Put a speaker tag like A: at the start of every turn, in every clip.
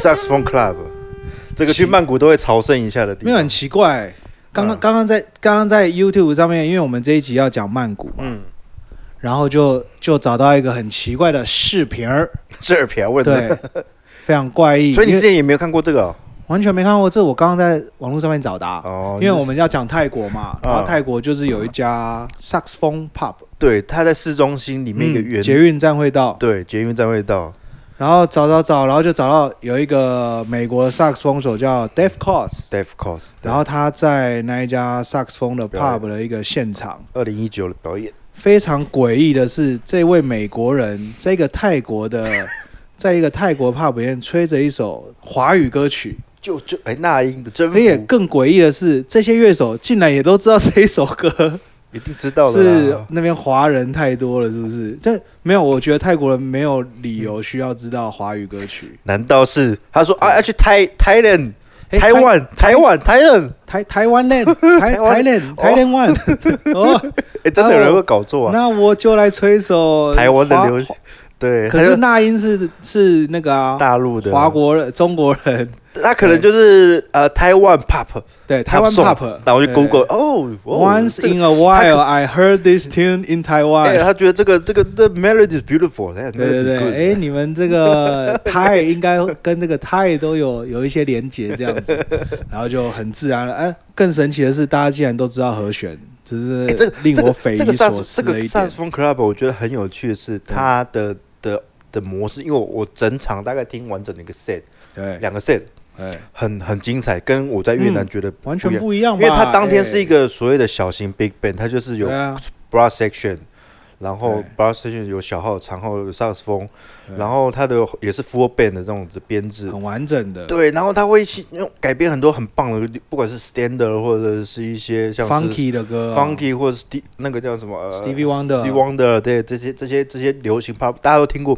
A: Saxophone Club，这个去曼谷都会朝圣一下的地
B: 没有
A: 方
B: 很。奇怪。刚刚
A: 嗯
B: 刚刚在刚刚在 YouTube 上面，因为我们这一集要讲曼谷，
A: 嗯，
B: 然后就就找到一个很奇怪的视频儿，
A: 这耳皮啊问
B: 对
A: 的。，
B: 非常怪异。
A: 所以你
B: 因
A: 之
B: 为
A: 前也没有看过这个哦。
B: 完全没看过，这我刚刚在网络上面找的、啊。
A: 哦，
B: 因为我们要讲泰国嘛，
A: 嗯
B: 然后泰国就是有一
A: 啊
B: 家 saxophone pub，
A: 对他在市中心里面一个
B: 嗯
A: 圆，
B: 捷运站会到，
A: 对捷运站会到。
B: 然后找找找，然后就找到有一个美国萨克斯风手叫 Dave Cos，
A: d e f c o s
B: 然后他在那一家萨克斯风的
A: 表演
B: pub 的一个现场，
A: 二零一九哦的表演，
B: 非常诡异的是，这位美国人在一个泰国的， 在一个泰国 pub 里面吹着一首华语歌曲，
A: 就就哎那英的征
B: 而且
A: 服，
B: 更诡异的是，这些乐手竟然也都知道这一 首歌。
A: 一定知道的
B: 是
A: 啦。
B: 那边华人太多了，是不是？这没有，我觉得泰国人没有理由需要知道华语歌曲。
A: 难道是他说啊要去泰泰人、
B: 诶
A: 台湾、台湾、台人？
B: 哎台台 湾 land 台
A: 台湾哦
B: 台 land 台 land one 哦，
A: 哎，真的有人会搞错啊？
B: 那我就来吹一首
A: 台湾的
B: 华
A: 流行，对，
B: 可
A: 他
B: 是
A: 就
B: 那英是是那个啊，
A: 大陆的
B: 华，国人中国人
A: 那可能就是呃台湾 pop，
B: 对台湾
A: song
B: pop，
A: 然后就
B: 对
A: Google 哦哦
B: Once
A: 这个
B: in a while I heard this tune in
A: 哎，
B: Taiwan。
A: 他觉得这个这个 the melody is beautiful，对
B: 对对对，哎，你们这 个泰应该跟这个泰都有有一些连结 这样子，然后就很自然了。哎，更神奇的是，大家竟然都知道和弦，只
A: 哎这
B: 是
A: 个
B: 令
A: 这
B: 我
A: 个
B: 匪夷
A: 这个萨
B: 所
A: 斯
B: 思
A: 这
B: 的
A: 个
B: 一
A: 萨
B: 点
A: 斯。风 club 我觉得很有趣的是它的的的模式，因为我我整场大概听完整的一个 set
B: 对，
A: 两个 set
B: 哎，
A: 很很精彩，跟我在越南
B: 嗯
A: 觉得
B: 完全
A: 不一样，
B: 不一
A: 因
B: 样吧，
A: 为它当天是一
B: 哎
A: 个所谓的小型 big band，它就是有
B: 对啊
A: brass section。然后
B: 对
A: brass section 有小号、长号、有萨克斯风，
B: 对哦
A: 然后它的也是 full band 的这种编制，
B: 很完整的
A: 对，然后他会去用改编很多很棒的，不管是 standard 或者是一些像是
B: funky 的歌啊
A: funky 或者是 Steve- 那个叫什么呃
B: Stevie Wonder，
A: Stevie Wonder 对这些这些这些流行 pop 大家都听过，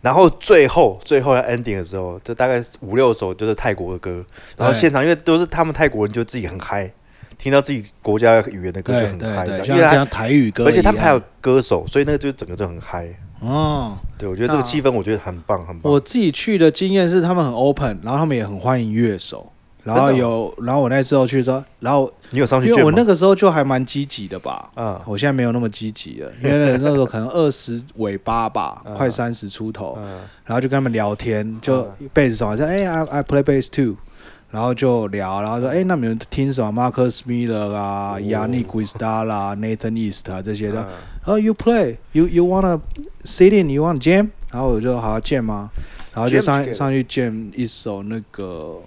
A: 然后最后最后要 ending 的时候，这大概五六首就是泰国的歌，然后
B: 对
A: 现场因为都是他们泰国人就自己很嗨，听到自己国家语言的歌就
B: 对
A: 很
B: 对
A: 嗨，
B: 对，
A: 因
B: 像
A: 为他
B: 像台语歌一样，
A: 而且他们还有歌手，所以那个就整个就很嗨。
B: 哦，
A: 对，我觉得这个
B: 那
A: 气氛我觉得很棒很棒。
B: 我自己去的经验是他们很 open，然后他们也很欢迎乐手，然后
A: 真的
B: 有，然后我那时候去说，然后
A: 你有上去
B: 因为
A: 卷
B: 我
A: 吗？
B: 那个时候就还蛮积极的吧，
A: 嗯
B: 我现在没有那么积极了，因为那时候可能二十尾巴吧，
A: 嗯
B: 快三十出头，
A: 嗯
B: 然后就跟他们聊天，就贝斯手好像哎、i I play bass too，然后就聊，然后说哎、那你们听什么 Marcus Miller 啊、
A: 哦
B: Yannick g u i s t a l a Nathan East 啊这些的，
A: 嗯
B: 哦、y o u play you you wanna sit in you wanna jam，然后我就好好 jam 啊，然后就
A: Jam
B: 上
A: together
B: 上去 jam 一首那个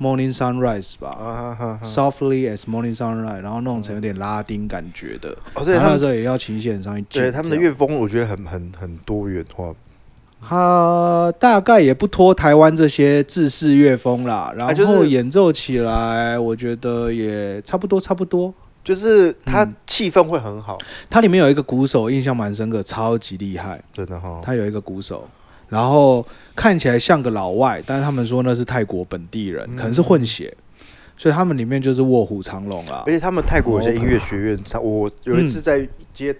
B: Morning Sunrise 吧。
A: 啊哈哈哈
B: Softly as morning sunrise，然后弄成有点拉丁感觉的，
A: 哦，对
B: 然
A: 他
B: 后那
A: 们
B: 时候也邀请一些人上去
A: 对
B: 见
A: 他们的
B: 这样
A: 乐风，我觉得很很很多元化。
B: 他大概也不拖台湾这些制式乐风啦，然
A: 啊就
B: 后
A: 是
B: 演奏起来，我觉得也差不多差不多。
A: 就是它
B: 嗯
A: 气氛会很好，
B: 它里面有一个鼓手，印象蛮深刻，超级厉害。
A: 真的哈。
B: 他有一个鼓手，然后看起来像个老外，但是他们说那是泰国本地人，
A: 嗯
B: 可能是混血，所以他们里面就是卧虎藏龙啊啦
A: 而。且他们泰国有些音乐学院，他我有一次在街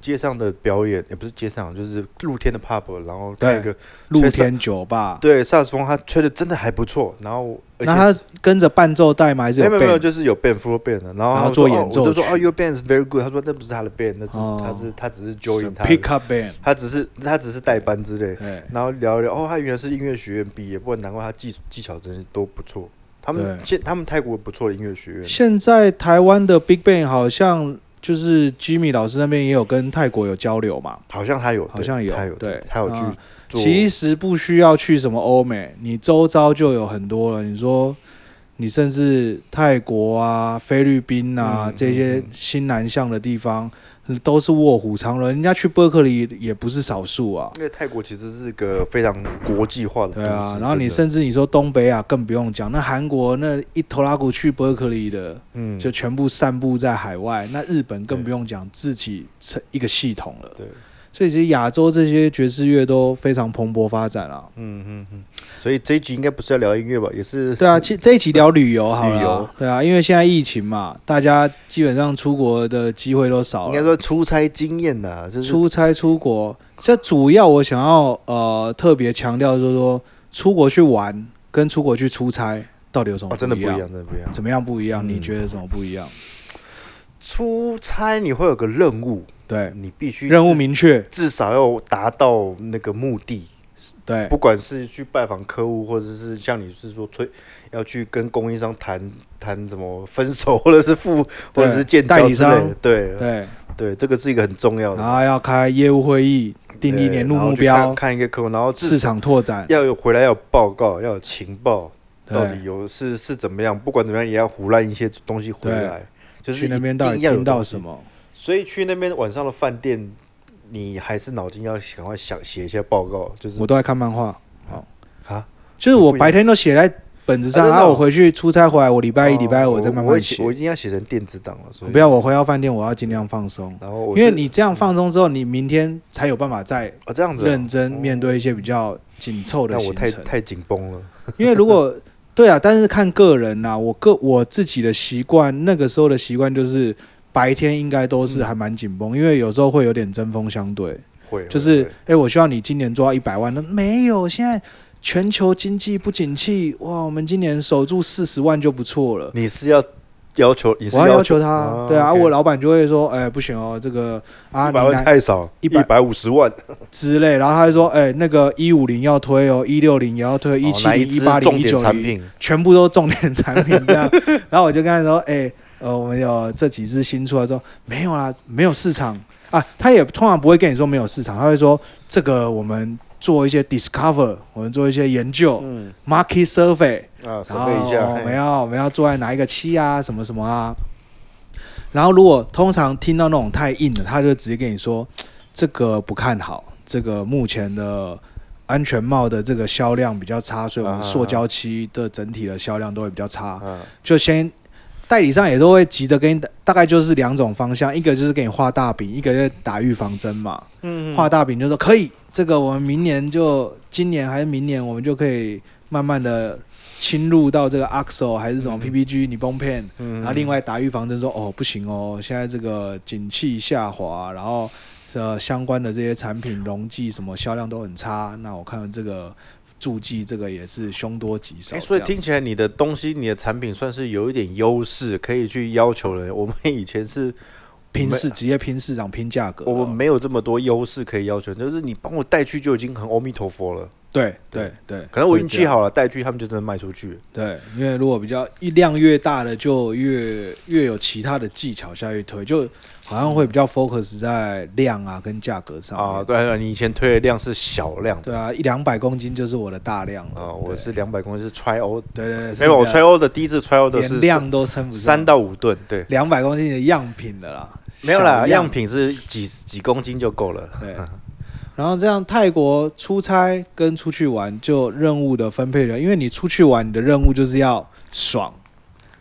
A: 街上的表演，也不是街上，就是露天的 pub，然后看一个
B: 露天酒吧，
A: 对萨克斯风，他吹的真的还不错。然后而且哎
B: 那他跟着伴奏带吗？还是
A: 没有
B: 有
A: 没有没有，
B: 伴？
A: 就是有 band full band 的，然后
B: 然
A: 他
B: 后
A: 们说
B: 做演奏
A: 哦我就说
B: 曲
A: 哦 your band is very good，他说那不是他的 band，那是
B: 哦
A: 他是他只是
B: 是
A: join 他的，
B: pickup band，
A: 他只是他只是代班之类。
B: 对。
A: 然后聊一聊，哦，他原来是音乐学院毕业，不然难怪他技技巧真是都不错。他们
B: 对
A: 现他们泰国不错的音乐学院，
B: 现在台湾的 Big Bang 好像就是 Jimmy 老师那边也有跟泰国有交流嘛，
A: 好像他有，
B: 好像
A: 他
B: 有
A: 有，
B: 对，
A: 他有去
B: 啊
A: 做。
B: 其实不需要去什么欧美，你周遭就有很多了。你说你甚至泰国啊、菲律宾啊、
A: 嗯
B: 这些
A: 嗯嗯
B: 新南向的地方，都是卧虎藏龙，人家去伯克利也不是少数啊。
A: 因为泰国其实是个非常国际化的都
B: 对
A: 市，
B: 啊，然后
A: 真
B: 你
A: 的
B: 甚至你说东北亚啊更不用讲，那韩国那一头拉骨去伯克利的，
A: 嗯，
B: 就全部散布在海外。那日本更
A: 对
B: 不用讲，自己成一个系统了。
A: 对，
B: 所以其实亚洲这些爵士乐都非常蓬勃发展啊。
A: 嗯嗯嗯。所以这一集应该不是要聊音乐吧，也是
B: 对啊，其这一集聊旅游好了啊。
A: 旅游
B: 对啊，因为现在疫情嘛，大家基本上出国的机会都少
A: 应该
B: 了。
A: 说出差经验呐，就是
B: 出差出国，这主要我想要呃特别强调就是说，出国去玩跟出国去出差到底有什么
A: 哦，真的不
B: 不
A: 一样，？真的不一样。
B: 怎么样不一样？
A: 嗯
B: 你觉得什么不一样？
A: 出差你会有个任务，
B: 对，
A: 你必须
B: 任务明确，
A: 至少要达到那个目的，
B: 对
A: 不管是去拜访客户，或者是像你是说催要去跟供应商谈谈什么分手，或者是付， 或者是建
B: 代
A: 交
B: 理
A: 之类的
B: 商。
A: 对
B: 对，
A: 对，这个是一个很重要
B: 然
A: 的。
B: 后要开业务会议，订立
A: 对
B: 年度
A: 然后
B: 目
A: 去看
B: 标，
A: 看一个客户，然后至
B: 市
A: 少
B: 场拓展，
A: 要有回来要有报告，要有情报，到底
B: 对，
A: 有是是怎么样？不管怎么样，也要胡乱一些东西回来，就是
B: 去那边
A: 一
B: 到底
A: 定要有
B: 听到
A: 东西
B: 什？么？
A: 所以去那边晚上的饭店，你还是脑筋要赶快想写一些报告，就是
B: 我都在看漫画。好
A: 啊，
B: 就是我白天都写在本子上，
A: 啊真
B: 然
A: 的哦
B: 后我回去出差回来，我礼拜一、
A: 哦
B: 礼拜五再
A: 我
B: 慢
A: 我
B: 慢
A: 会
B: 写
A: 我。一定要写成电子档了，所以
B: 不要，我回到饭店，我要尽量放松，
A: 然后我
B: 因为
A: 是
B: 你这样放松之后，你明天才有办法再
A: 哦这样子啊
B: 认真面对一些比较紧凑的
A: 但我
B: 行
A: 太
B: 程。
A: 太紧绷了，
B: 因为如果对啊，但是看个人啦、我个我自己的习惯，那个时候的习惯就是白天应该都
A: 嗯
B: 是还蛮紧绷，因为有时候会有点针锋相对，
A: 会
B: 就是
A: 会
B: 哎、诶我希望你今年做到一百万，那没有，现在全球经济不景气，哇，我们今年守住四十万就不错了。
A: 你是要要求，你是
B: 我要要
A: 求
B: 求他，对啊，啊
A: OK
B: 我老板就会说，哎、不行哦，这个啊，
A: 一
B: 你
A: 百万
B: 来
A: 太少，一
B: 100
A: 百五十万
B: 之类，然后他就说，哎、那个一五零要推哦，一六零也要推，一七
A: 哦哪
B: 零、
A: 支
B: 一八零、
A: 重
B: 一
A: 点
B: 九
A: 产
B: 零，
A: 品
B: 全部都重点产品这样。 然后我就跟他说：“哎、呃，我们有这几支新出来之后，没有啦，没有市场啊。”他也通常不会跟你说没有市场，他会说：“这个我们做一些 discover，我们做一些研究、
A: 嗯
B: market survey，
A: 啊，准
B: 然后
A: 备一下，
B: 我们
A: 嘿
B: 要我们要做在哪一个期啊，什么什么啊。”然后如果通常听到那种太硬的，他就直接跟你说：“这个不看好，这个目前的安全帽的这个销量比较差，所以我们
A: 啊
B: 塑胶漆的整体的销量都会比较差。
A: 啊
B: 就先代理商也都会急着跟你打，大概就是两种方向，一个就是给你画大饼，一个就是打预防针嘛。
A: 嗯
B: 画大饼就说可以，这个我们明年就今年还是明年，我们就可以慢慢的侵入到这个 Axo 还是什么
A: 嗯
B: PPG 你崩片。
A: 嗯
B: 然后另外打预防针说哦不行哦，现在这个景气下滑，然后呃相关的这些产品溶剂什么销量都很差，那我看这个助剂这个也是凶多吉少
A: 哎、
B: 这样。
A: 所以听起来你的东西、你的产品算是有一点优势，可以去要求人。我们以前 是
B: 拼市直接拼市场拼价格
A: 我
B: 哦，
A: 们没有这么多优势可以要求，就是你帮我带去就已经很阿弥陀佛了。
B: 对对对，啊
A: 可能我运
B: 会这
A: 气
B: 样
A: 好了，带去他们就真的卖出去。
B: 对，因为如果比较一量越大的，就越越有其他的技巧下去推，就好像会比较 focus 在量啊跟价格上
A: 啊，
B: 面。
A: 对啊，你以前推的量是小量的
B: 对啊，一两百公斤就是我的大量了。
A: 啊，我
B: 对
A: 是两百公斤是 try o
B: 对对对，
A: 没有我
B: 吹
A: try o 的第一次 try o 的是
B: 连量都称不
A: 三
B: 上，
A: 到五吨，对，
B: 两百公斤的样品的啦，
A: 没有啦，
B: 小
A: 样。品是几几公斤就够了。
B: 对，然后这样泰国出差跟出去玩就任务的分配了，因为你出去玩你的任务就是要爽。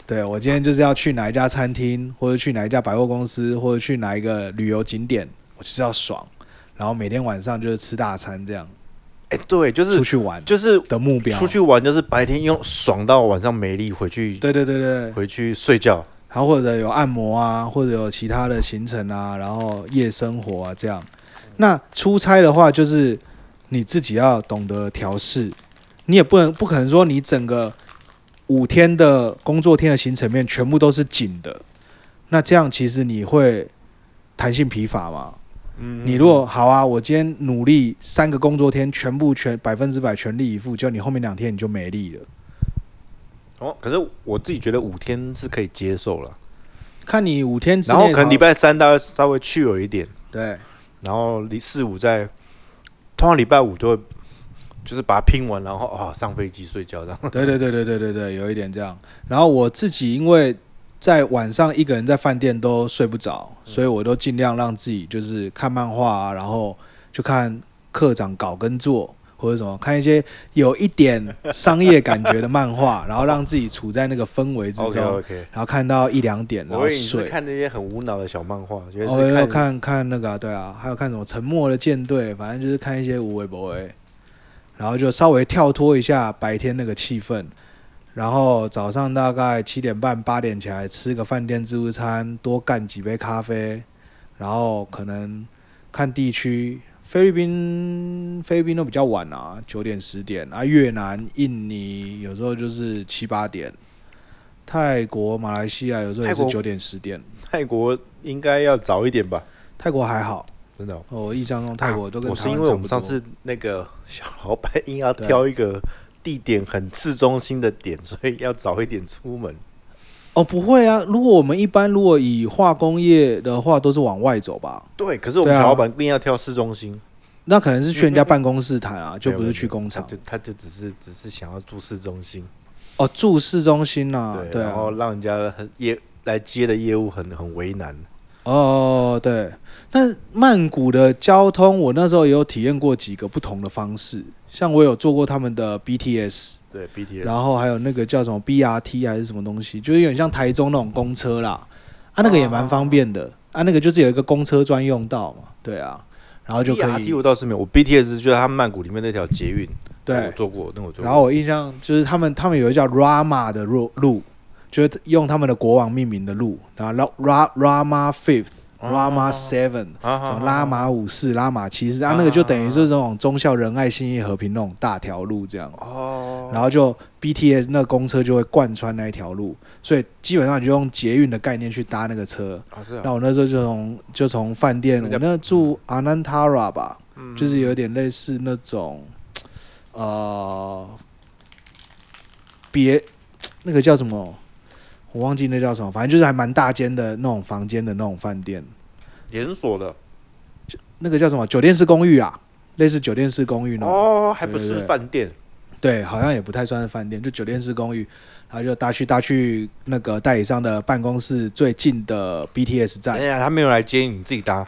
B: 对我今天就是要去哪一家餐厅，或者去哪一家百货公司，或者去哪一个旅游景点，我就是要爽。然后每天晚上就是吃大餐，这样
A: 哎、对，就
B: 出
A: 是
B: 去玩
A: 就是
B: 的目标。
A: 出去玩，就是白天用爽到晚上没力回去
B: 对对对对，
A: 回去睡觉。
B: 然后或者有按摩啊，或者有其他的行程啊，然后夜生活啊这样。那出差的话，就是你自己要懂得调试，你也不能不可能说你整个五天的工作天的行程面全部都是紧的，那这样其实你会弹性疲乏嘛？
A: 嗯
B: 你如果好啊，我今天努力三个工作天全部全百分之百全力以赴，就你后面两天你就没力了。
A: 哦，可是我自己觉得五天是可以接受了，
B: 看你五天之
A: 然后
B: 内跑，
A: 可能礼拜三大概稍微去了一点，
B: 对
A: 然后礼四五再，通常礼拜五就会就是把它拼完，然后啊、上飞机睡觉这样。
B: 对对对对对对对，有一点这样。然后我自己因为在晚上一个人在饭店都睡不着，所以我都尽量让自己就是看漫画啊，然后就看课长稿跟做或者什么，看一些有一点商业感觉的漫画，然后让自己处在那个氛围之
A: OK
B: 中，
A: OK，
B: 然后看到一两点，然
A: 我
B: 后
A: 以为你是
B: 睡。
A: 看那些很无脑的小漫画，觉得
B: 哦，
A: 是
B: 要
A: 看
B: 看看那个啊、对啊，还有看什么《沉默的舰队》，反正就是看一些无为博为，然后就稍微跳脱一下白天那个气氛，然后早上大概七点半八点起来吃个饭店自助餐，多干几杯咖啡，然后可能看地区菲律宾菲律宾都比较晚啊，九点十点啊，越南、印尼有时候就是七八点，泰国、马来西亚有时候也
A: 泰
B: 是
A: 国
B: 九点十点，
A: 泰国应该要早一点吧？
B: 泰国还好，
A: 真的哦、
B: 我印象中泰国都
A: 啊
B: 跟
A: 我是
B: 台
A: 因
B: 湾
A: 为
B: 差
A: 我
B: 不
A: 们上
B: 多。
A: 次那个小老板硬要
B: 对
A: 挑一个地点很市中心的点，所以要早一点出门。
B: 哦，不会啊，如果我们一般如果以化工业的话，都是往外走吧，
A: 对，可是我们
B: 对啊
A: 小老板硬要挑市中心，
B: 那可能是去人家办公室谈啊，就
A: 嗯
B: 不
A: 没有
B: 是去工厂
A: 他就他就只是只是想要住市中心，
B: 哦，住市中心呐、啊，对
A: 然
B: 啊，
A: 后让人家很业来接的业务很很为难。
B: 哦，对，但曼谷的交通，我那时候也有体验过几个不同的方式，像我有坐过他们的 BTS，
A: 对，BTS
B: 然后还有那个叫什么 BRT 还是什么东西，就是有点像台中那种公车啦，啊，那个也蛮方便的，啊，那个就是有一个公车专用道嘛，对啊，然后就可
A: BRT
B: 以
A: 我倒是没有，我 BTS 就是他们曼谷里面那条捷运，我
B: 对，
A: 坐过，那我坐过。
B: 然后我印象就是他们他们有一个叫 Rama 的路路，就是用他们的国王命名的路，然后 Ra Ra- Rama Fifth、
A: 哦
B: Rama Seven。什
A: 啊
B: 么拉玛五世、拉玛七世，啊，那个就等于是这种忠孝仁爱信义和平那种大条路这样，
A: 哦，
B: 然后就 BTS 那个公车就会贯穿那一条路，所以基本上你就用捷运的概念去搭那个车。
A: 啊是啊
B: 那我那时候就从就从饭店，
A: 那
B: 我
A: 叫
B: 那住 Anantara 吧，
A: 嗯
B: 就是有点类似那种，呃，别那个叫什么，我忘记那叫什么，反正就是还蛮大间的那种房间的那种饭店。
A: 连锁的
B: 那个叫什么酒店式公寓啊，类似酒店式公寓那种。
A: 哦，还不
B: 对对
A: 是
B: 对
A: 饭店，
B: 对，好像也不太算是饭店，就酒店式公寓，然后就搭去搭去那个代理商的办公室最近的 BTS
A: 哎
B: 站，
A: 呀，他没有来接你，你自己搭，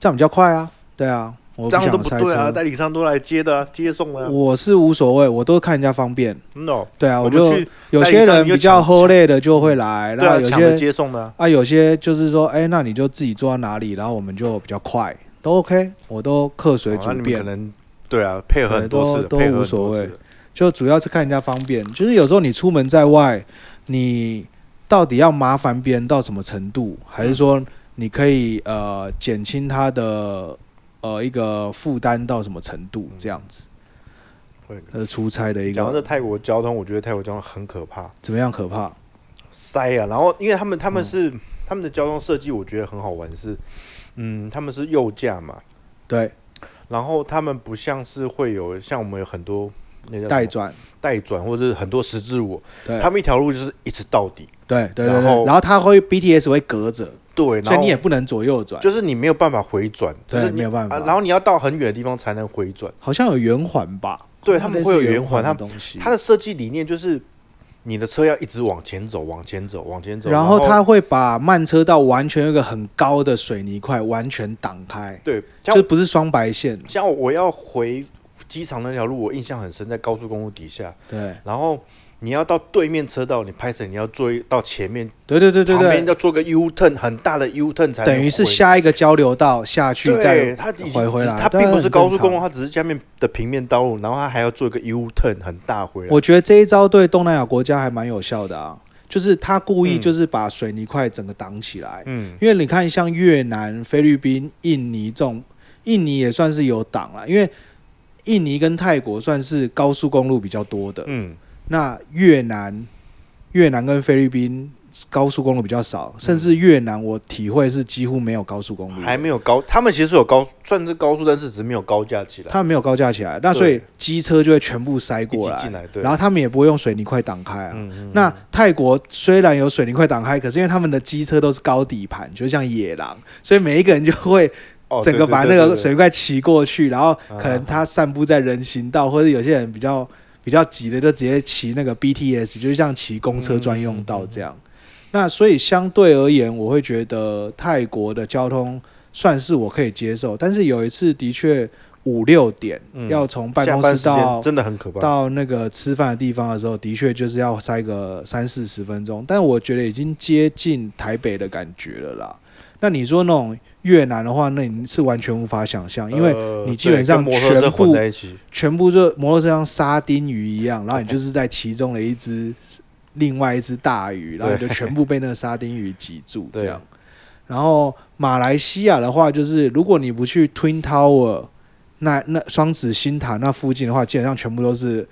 B: 这样比较快啊。对啊，我
A: 这样都
B: 想
A: 不
B: 塞
A: 对啊，
B: 车，
A: 代理商都来接的啊，接送啊，
B: 我是无所谓，我都看人家方便。
A: 嗯哦，
B: 对啊，
A: 我
B: 我
A: 们
B: 就
A: 去
B: 有些人比较喝累的就会来，
A: 对
B: 然后
A: 啊，
B: 有
A: 抢着
B: 些
A: 接送的啊，
B: 啊有些就是说，哎，那你就自己坐到哪里，然后我们就比较快，都 OK，我都客随
A: 哦
B: 主
A: 那你们
B: 便
A: 可。能对啊，配合很多次的，
B: 对都
A: 配合
B: 都无
A: 很
B: 所
A: 多
B: 谓
A: 次的，
B: 就主要是看人家方便。就是有时候你出门在外，你到底要麻烦别人到什么程度，还是说你可以呃减轻他的呃一个负担到什么程度？这样子，
A: 会很
B: 呃，出差的一
A: 嗯讲到这
B: 个
A: 泰国交通，我觉得泰国交通很可怕，
B: 怎么样可怕？
A: 塞啊！然后因为他们他们
B: 嗯
A: 是、他们的交通设计，我觉得很好玩是，嗯，他们是右驾嘛，
B: 对，
A: 然后他们不像是会有像我们有很多那叫什么
B: 带转，
A: 带转或者是很多十字路，
B: 对，
A: 他们一条路就是一直到底，
B: 对对对
A: 然
B: 对
A: 后，
B: 然后他会 BTS 会隔着，
A: 对，然
B: 所以
A: 后
B: 你也不能左右转，
A: 就是你没有办法回转，就
B: 对
A: 是你
B: 没有办法
A: 啊然后你要到很远的地方才能回转，
B: 好像有圆环吧？
A: 对他们会有圆环，他
B: 的东西
A: 它。的设计理念就是你的车要一直往前走，往前走，往前走，
B: 然
A: 然
B: 后它会把慢车道完全有一个很高的水泥块完全挡开，
A: 对，像
B: 就不是双白线。
A: 像我要回机场那条路，我印象很深，在高速公路底下，
B: 对，
A: 然后你要到对面车道，你拍成你要做一到前面，
B: 对对对对
A: 旁边
B: 对，
A: 要做个 U turn，很大的 U turn 才能
B: 等于是
A: 回
B: 下一个交流道下去
A: 对，
B: 再
A: 它已经
B: 回回来，
A: 它
B: 对啊
A: 并不是高速公。路，
B: 很正常
A: 它只是下面的平面道路，然后它还要做一个 U turn，很大回来。
B: 我觉得这一招对东南亚国家还蛮有效的啊，就是他故意
A: 嗯
B: 就是把水泥块整个挡起来，
A: 嗯，
B: 因为你看像越南、菲律宾、印尼这种，印尼也算是有挡了，因为印尼跟泰国算是高速公路比较多的，
A: 嗯，
B: 那越南、越南跟菲律宾高速公路比较少，甚至越南我体会是几乎没有高速公路的，
A: 还没有高，他们其实有高，算是高速，但是只是没有高架起来，
B: 他们没有高架起来，那所以机车就会全部塞
A: 一
B: 过
A: 起进
B: 来，
A: 来，对，
B: 然后他们也不会用水泥块挡开啊。
A: 嗯嗯
B: 那泰国虽然有水泥块挡开，可是因为他们的机车都是高底盘，就像野狼，所以每一个人就会
A: 哦
B: 整个
A: 对对
B: 把那
A: 对对
B: 个
A: 对
B: 水泥块骑过去，然后
A: 啊
B: 可能他散布在人行道，或者有些人比较比较急的，就直接骑那个 BTS，就是像骑公车专用道这
A: 嗯
B: 样。那所以相对而言，我会觉得泰国的交通算是我可以接受，但是有一次的确五六点、
A: 嗯
B: 要从办公
A: 下班
B: 室
A: 时间
B: 到
A: 真的很可怕。
B: 到那个吃饭的地方的时候，的确就是要塞个三四十分钟，但我觉得已经接近台北的感觉了啦。那你说那种越南的话，那你是完全无法想象，因为
A: 呃
B: 你基本上
A: 对跟摩托车
B: 全部
A: 混在一起，
B: 全部就摩托车像沙丁鱼一样，然后你就是在其中的一只另外一只大鱼，然后你就全部被那个沙丁鱼挤住这样。然后马来西亚的话，就是如果你不去 Twin Tower 那那双子星塔那附近的话，基本上全部都是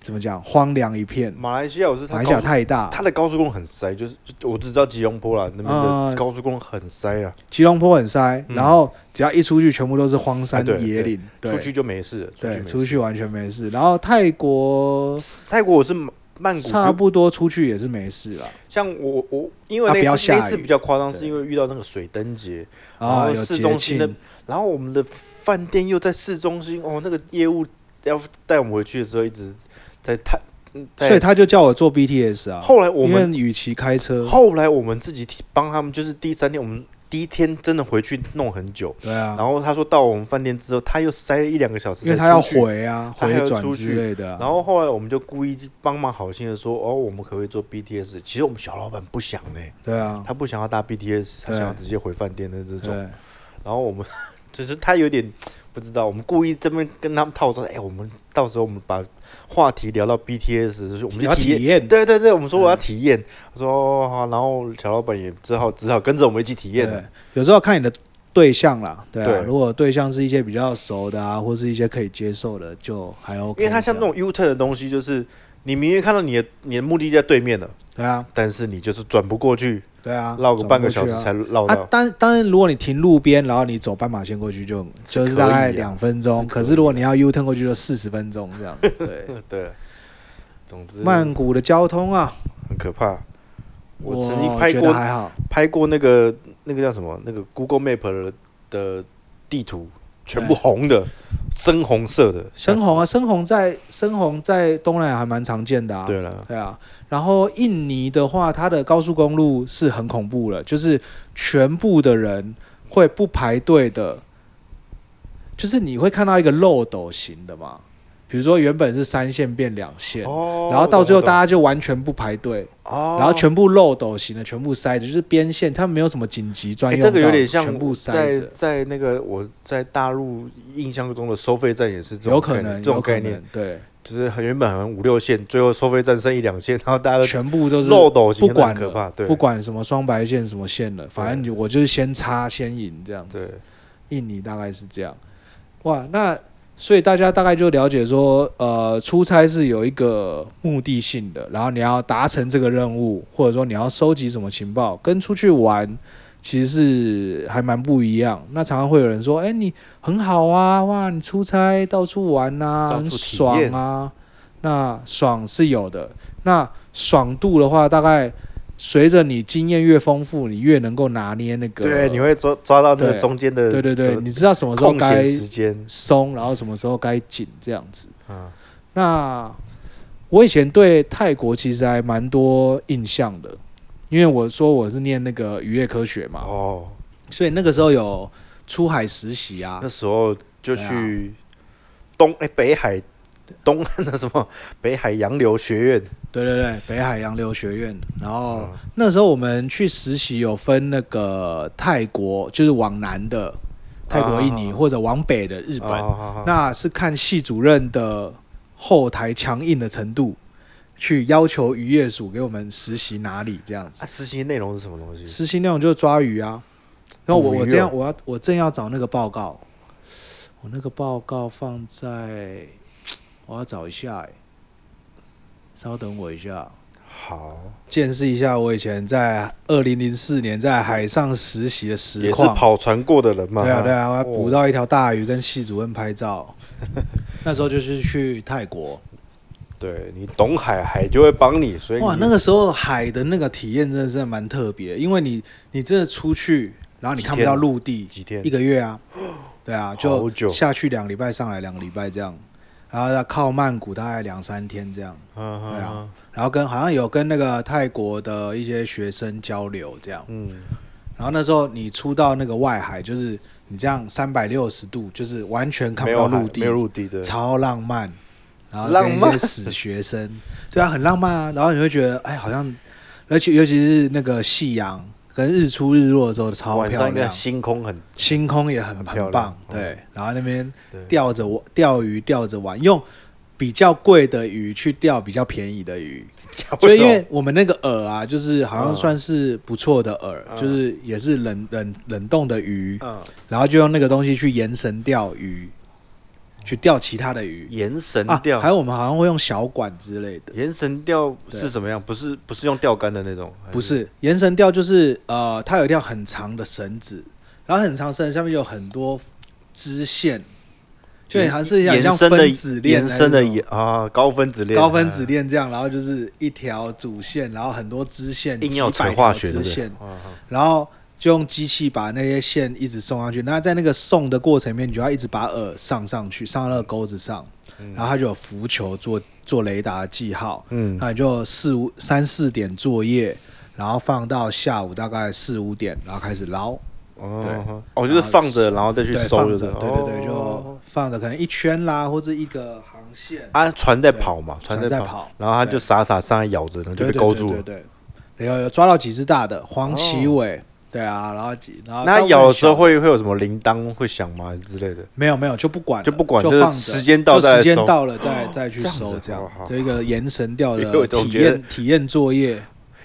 B: 怎么讲，荒凉一片。
A: 马来西亚我是
B: 马来西
A: 它
B: 亚
A: 高速
B: 太大，
A: 它的高速公路很塞，就是就我只知道吉隆坡啦，那边
B: 啊
A: 的高速公路很塞啊，
B: 吉隆坡很塞，
A: 嗯
B: 然后只要一出去，全部都是荒山
A: 啊对
B: 野岭，对
A: 出去就没事了，出去
B: 对，
A: 没
B: 出
A: 事。
B: 去完全没事。然后泰国
A: 泰国我是曼谷
B: 差不多出去也是没事了
A: 像我我因为
B: 啊
A: 那
B: 不要
A: 次、
B: 下
A: 那次
B: 雨
A: 比较夸张，
B: 对
A: 是因为遇到那个水灯节，
B: 啊，
A: 然
B: 有
A: 后市
B: 节
A: 中心的
B: 庆，
A: 然后我们的饭店又在市中心，哦，那个业务要带我们回去的时候一直在探，嗯在
B: 所以他就叫我坐 BTS 啊。
A: 后来我
B: 因为
A: 们
B: 与其开车，
A: 后来我们自己提帮他们，就是第三天我们第一天真的回去弄很久，
B: 对啊，
A: 然后他说到我们饭店之后，他又塞了一两个小时，
B: 因为他要。回啊，
A: 他还
B: 回
A: 要
B: 转
A: 出
B: 之
A: 去
B: 类的啊、
A: 然后后来我们就故意帮忙好心的说，哦，我们可不可以做 BTS？其实我们小老板不想呢、
B: 对啊，
A: 他不想要搭 BTS，他
B: 对
A: 想要直接回饭店的这种。
B: 对，
A: 然后我们就是他有点不知道，我们故意这边跟他们套说，哎、我们到时候我们把话题聊到 BTS，就是我们去
B: 要
A: 体
B: 体验嗯
A: 对对对，我们说我要体验，他说哦好，然后小老板也只好只好跟着我们一起体验
B: 对
A: 了。，
B: 有时候看你的对象啦，对啊，
A: 啊对
B: 如果对象是一些比较熟的啊，或是一些可以接受的，就还 OK 这样。
A: 因为他像那种 U turn 的东西，就是你明明看到你的你的目的地在对面了，
B: 对啊，
A: 但是你就是转不过去，
B: 对啊，
A: 绕个半个小时
B: 转过去
A: 才绕
B: 啊。
A: 到。
B: 啊，当当然，如果你停路边，然后你走斑马线过去就，
A: 是
B: 就
A: 可
B: 是
A: 以
B: 大概
A: 啊
B: 两分钟。
A: 是
B: 可
A: 可以啊
B: 是如果你要 U turn 过去，就四十分钟 这样。对，
A: 对，总之
B: 曼谷的交通啊，
A: 很可怕。我
B: 我
A: 曾经拍
B: 觉
A: 过
B: 得还好。
A: 拍过那个那个叫什么那个 Google Map 的的地图，全部
B: 对
A: 红的，深红色的，
B: 深红啊，深红在深红在东南亚还蛮常见的啊。
A: 对了，
B: 对啊，然后印尼的话，它的高速公路是很恐怖了，就是全部的人会不排队的，就是你会看到一个漏斗型的嘛，比如说原本是三线变两线，
A: 哦
B: 然后到最后大
A: 家，
B: 家就完全不排队，
A: 哦
B: 然后全部漏斗型的全部塞着，就是边线，它没有什么紧急专
A: 哎
B: 用道
A: 这
B: 路，
A: 个有点像
B: 全部塞
A: 在
B: 着，
A: 在那个我在大陆印象中的收费站也是这种
B: 有
A: 概
B: 可
A: 念
B: 能
A: 这
B: 有
A: 种
B: 可
A: 概
B: 能
A: 念，
B: 对，
A: 就是很原本很五六线，最后收费站剩一两线，然后大家都
B: 全部都是
A: 漏斗型
B: 不
A: 的，很
B: 管
A: 可
B: 了
A: 怕，对，
B: 不管什么双白线什么线了，反正
A: 对
B: 你我就是先插先赢这样
A: 对
B: 子。印尼大概是这样。哇，那所以大家大概就了解说，呃，出差是有一个目的性的，然后你要达成这个任务，或者说你要收集什么情报，跟出去玩其实是还蛮不一样。那常常会有人说，哎、你很好啊，哇，你出差到处玩呐、
A: 到处
B: 很
A: 体
B: 爽
A: 验
B: 啊。那爽是有的，那爽度的话，大概随着你经验越丰富，你越能够拿捏那个。
A: 对，你会抓抓到那
B: 对
A: 个中间的
B: 对对对，
A: 的
B: 你知道什么时候
A: 空
B: 该
A: 闲时间，
B: 松，然后什么时候该紧这样子。
A: 嗯，
B: 那我以前对泰国其实还蛮多印象的，因为我说我是念那个渔业科学嘛，
A: 哦，
B: 所以那个时候有出海实习啊
A: 那，时候就
B: 对啊
A: 去东哎、北海东 那什么北海洋流学院，
B: 对对对，北海洋流学院。然后
A: 嗯
B: 那时候我们去实习有分那个泰国，就是往南的泰国、印尼，
A: 啊
B: 或者往北的日本。
A: 哦
B: 那是看系主任的后台强硬的程度，去要求渔业署给我们实习哪里这样子
A: 啊。实习内容是什么东西？
B: 实习内容就是抓鱼啊。然后我
A: 捕鱼
B: 我
A: 哦
B: 这样我要我正要找那个报告，我那个报告放在我要找一下、欸，稍等我一下，
A: 好，
B: 见识一下我以前在二零零四年在海上实习的实
A: 也是
B: 况。
A: 跑船过的人嘛？
B: 对啊对啊，我要
A: 哦
B: 捕到一条大鱼，跟系主任 拍照。那时候就是去泰国，
A: 对你懂海，海就会帮你，所以
B: 哇，
A: 你
B: 那个时候海的那个体验真的是蛮特别，因为你你真的出去，然后你看不到陆地，
A: 几天
B: 一个月啊，对啊，
A: 好
B: 就
A: 久
B: 下去两个礼拜，上来两个礼拜这样，然后要靠曼谷大概两三天这样，
A: 嗯
B: 对啊
A: 嗯
B: 然后跟好像有跟那个泰国的一些学生交流这样，
A: 嗯，
B: 然后那时候你出到那个外海，就是你这样三百六十度，就是完全看
A: 没
B: 不
A: 有
B: 到
A: 海
B: 陆地，
A: 没有陆地的，
B: 超浪漫，然后
A: 浪
B: 跟一些
A: 漫
B: 死学生， 对啊，很浪漫啊。然后你会觉得，哎，好像，而且尤其是那个夕阳跟日出日落的时候，超
A: 晚上
B: 漂
A: 应该
B: 亮，
A: 星空很
B: 星空也很
A: 很
B: 很
A: 漂
B: 棒
A: 亮，嗯
B: 对。然后那边
A: 对
B: 钓着我钓鱼，钓着玩，用比较贵的鱼去钓比较便宜的鱼，所以因为我们那个饵啊，就是好像
A: 嗯
B: 算是不错的饵，
A: 嗯
B: 就是也是冷冷冷冻的鱼，
A: 嗯
B: 然后就用那个东西去延绳钓鱼，去钓其他的鱼
A: 延绳
B: 啊，
A: 钓，
B: 还有我们好像会用小管之类的，
A: 延绳钓
B: 对
A: 是怎么样？不是不是用钓竿的那种，还
B: 不是延绳钓就是呃，它有一条很长的绳子，然后很长绳子下面有很多支线，就
A: 延
B: 还是像
A: 延
B: 像
A: 伸的
B: 分子链
A: 延
B: 那
A: 伸的
B: 种
A: 延啊高分子链
B: 高分子
A: 啊
B: 链这样，然后就是一条主线，然后很多支线，
A: 硬要
B: 几百
A: 扯
B: 条
A: 化学
B: 支
A: 对不哦对
B: 线，？然后就用机器把那些线一直送上去。那在那个送的过程里面，你就要一直把饵上上去，上到那个钩子上，
A: 嗯
B: 然后它就有浮球做做雷达记号，
A: 嗯
B: 那你就四五三四点作业，然后放到下午大概四五点，然后开始捞，
A: 哦，哦，就是放着然后再去
B: 对，
A: 收
B: 放
A: 就
B: 着
A: 是，了，
B: 对对
A: 哦
B: 对，就放着可能一圈啦，或者一个航线，
A: 啊船在跑嘛，船
B: 船在
A: 跑
B: 跑，
A: 然后它
B: 对
A: 就傻傻上来咬着，然后就
B: 对
A: 被勾住
B: 对
A: 了。
B: 对对对，有有抓到几只大的黄鳍尾，对啊，然后几然后
A: 那它
B: 大部分
A: 咬的时候
B: 小
A: 会会有什么铃铛会响吗之类的？
B: 没有没有就不管了
A: 就不管
B: 就
A: 就是
B: 放着
A: 时间到
B: 就
A: 再来
B: 时间
A: 收哦
B: 到了再再去
A: 这样
B: 收
A: 子
B: 这样
A: 好好，好
B: 这一个延神 钓
A: 因为
B: 的
A: 我总
B: 体
A: 觉得
B: 验体验作业，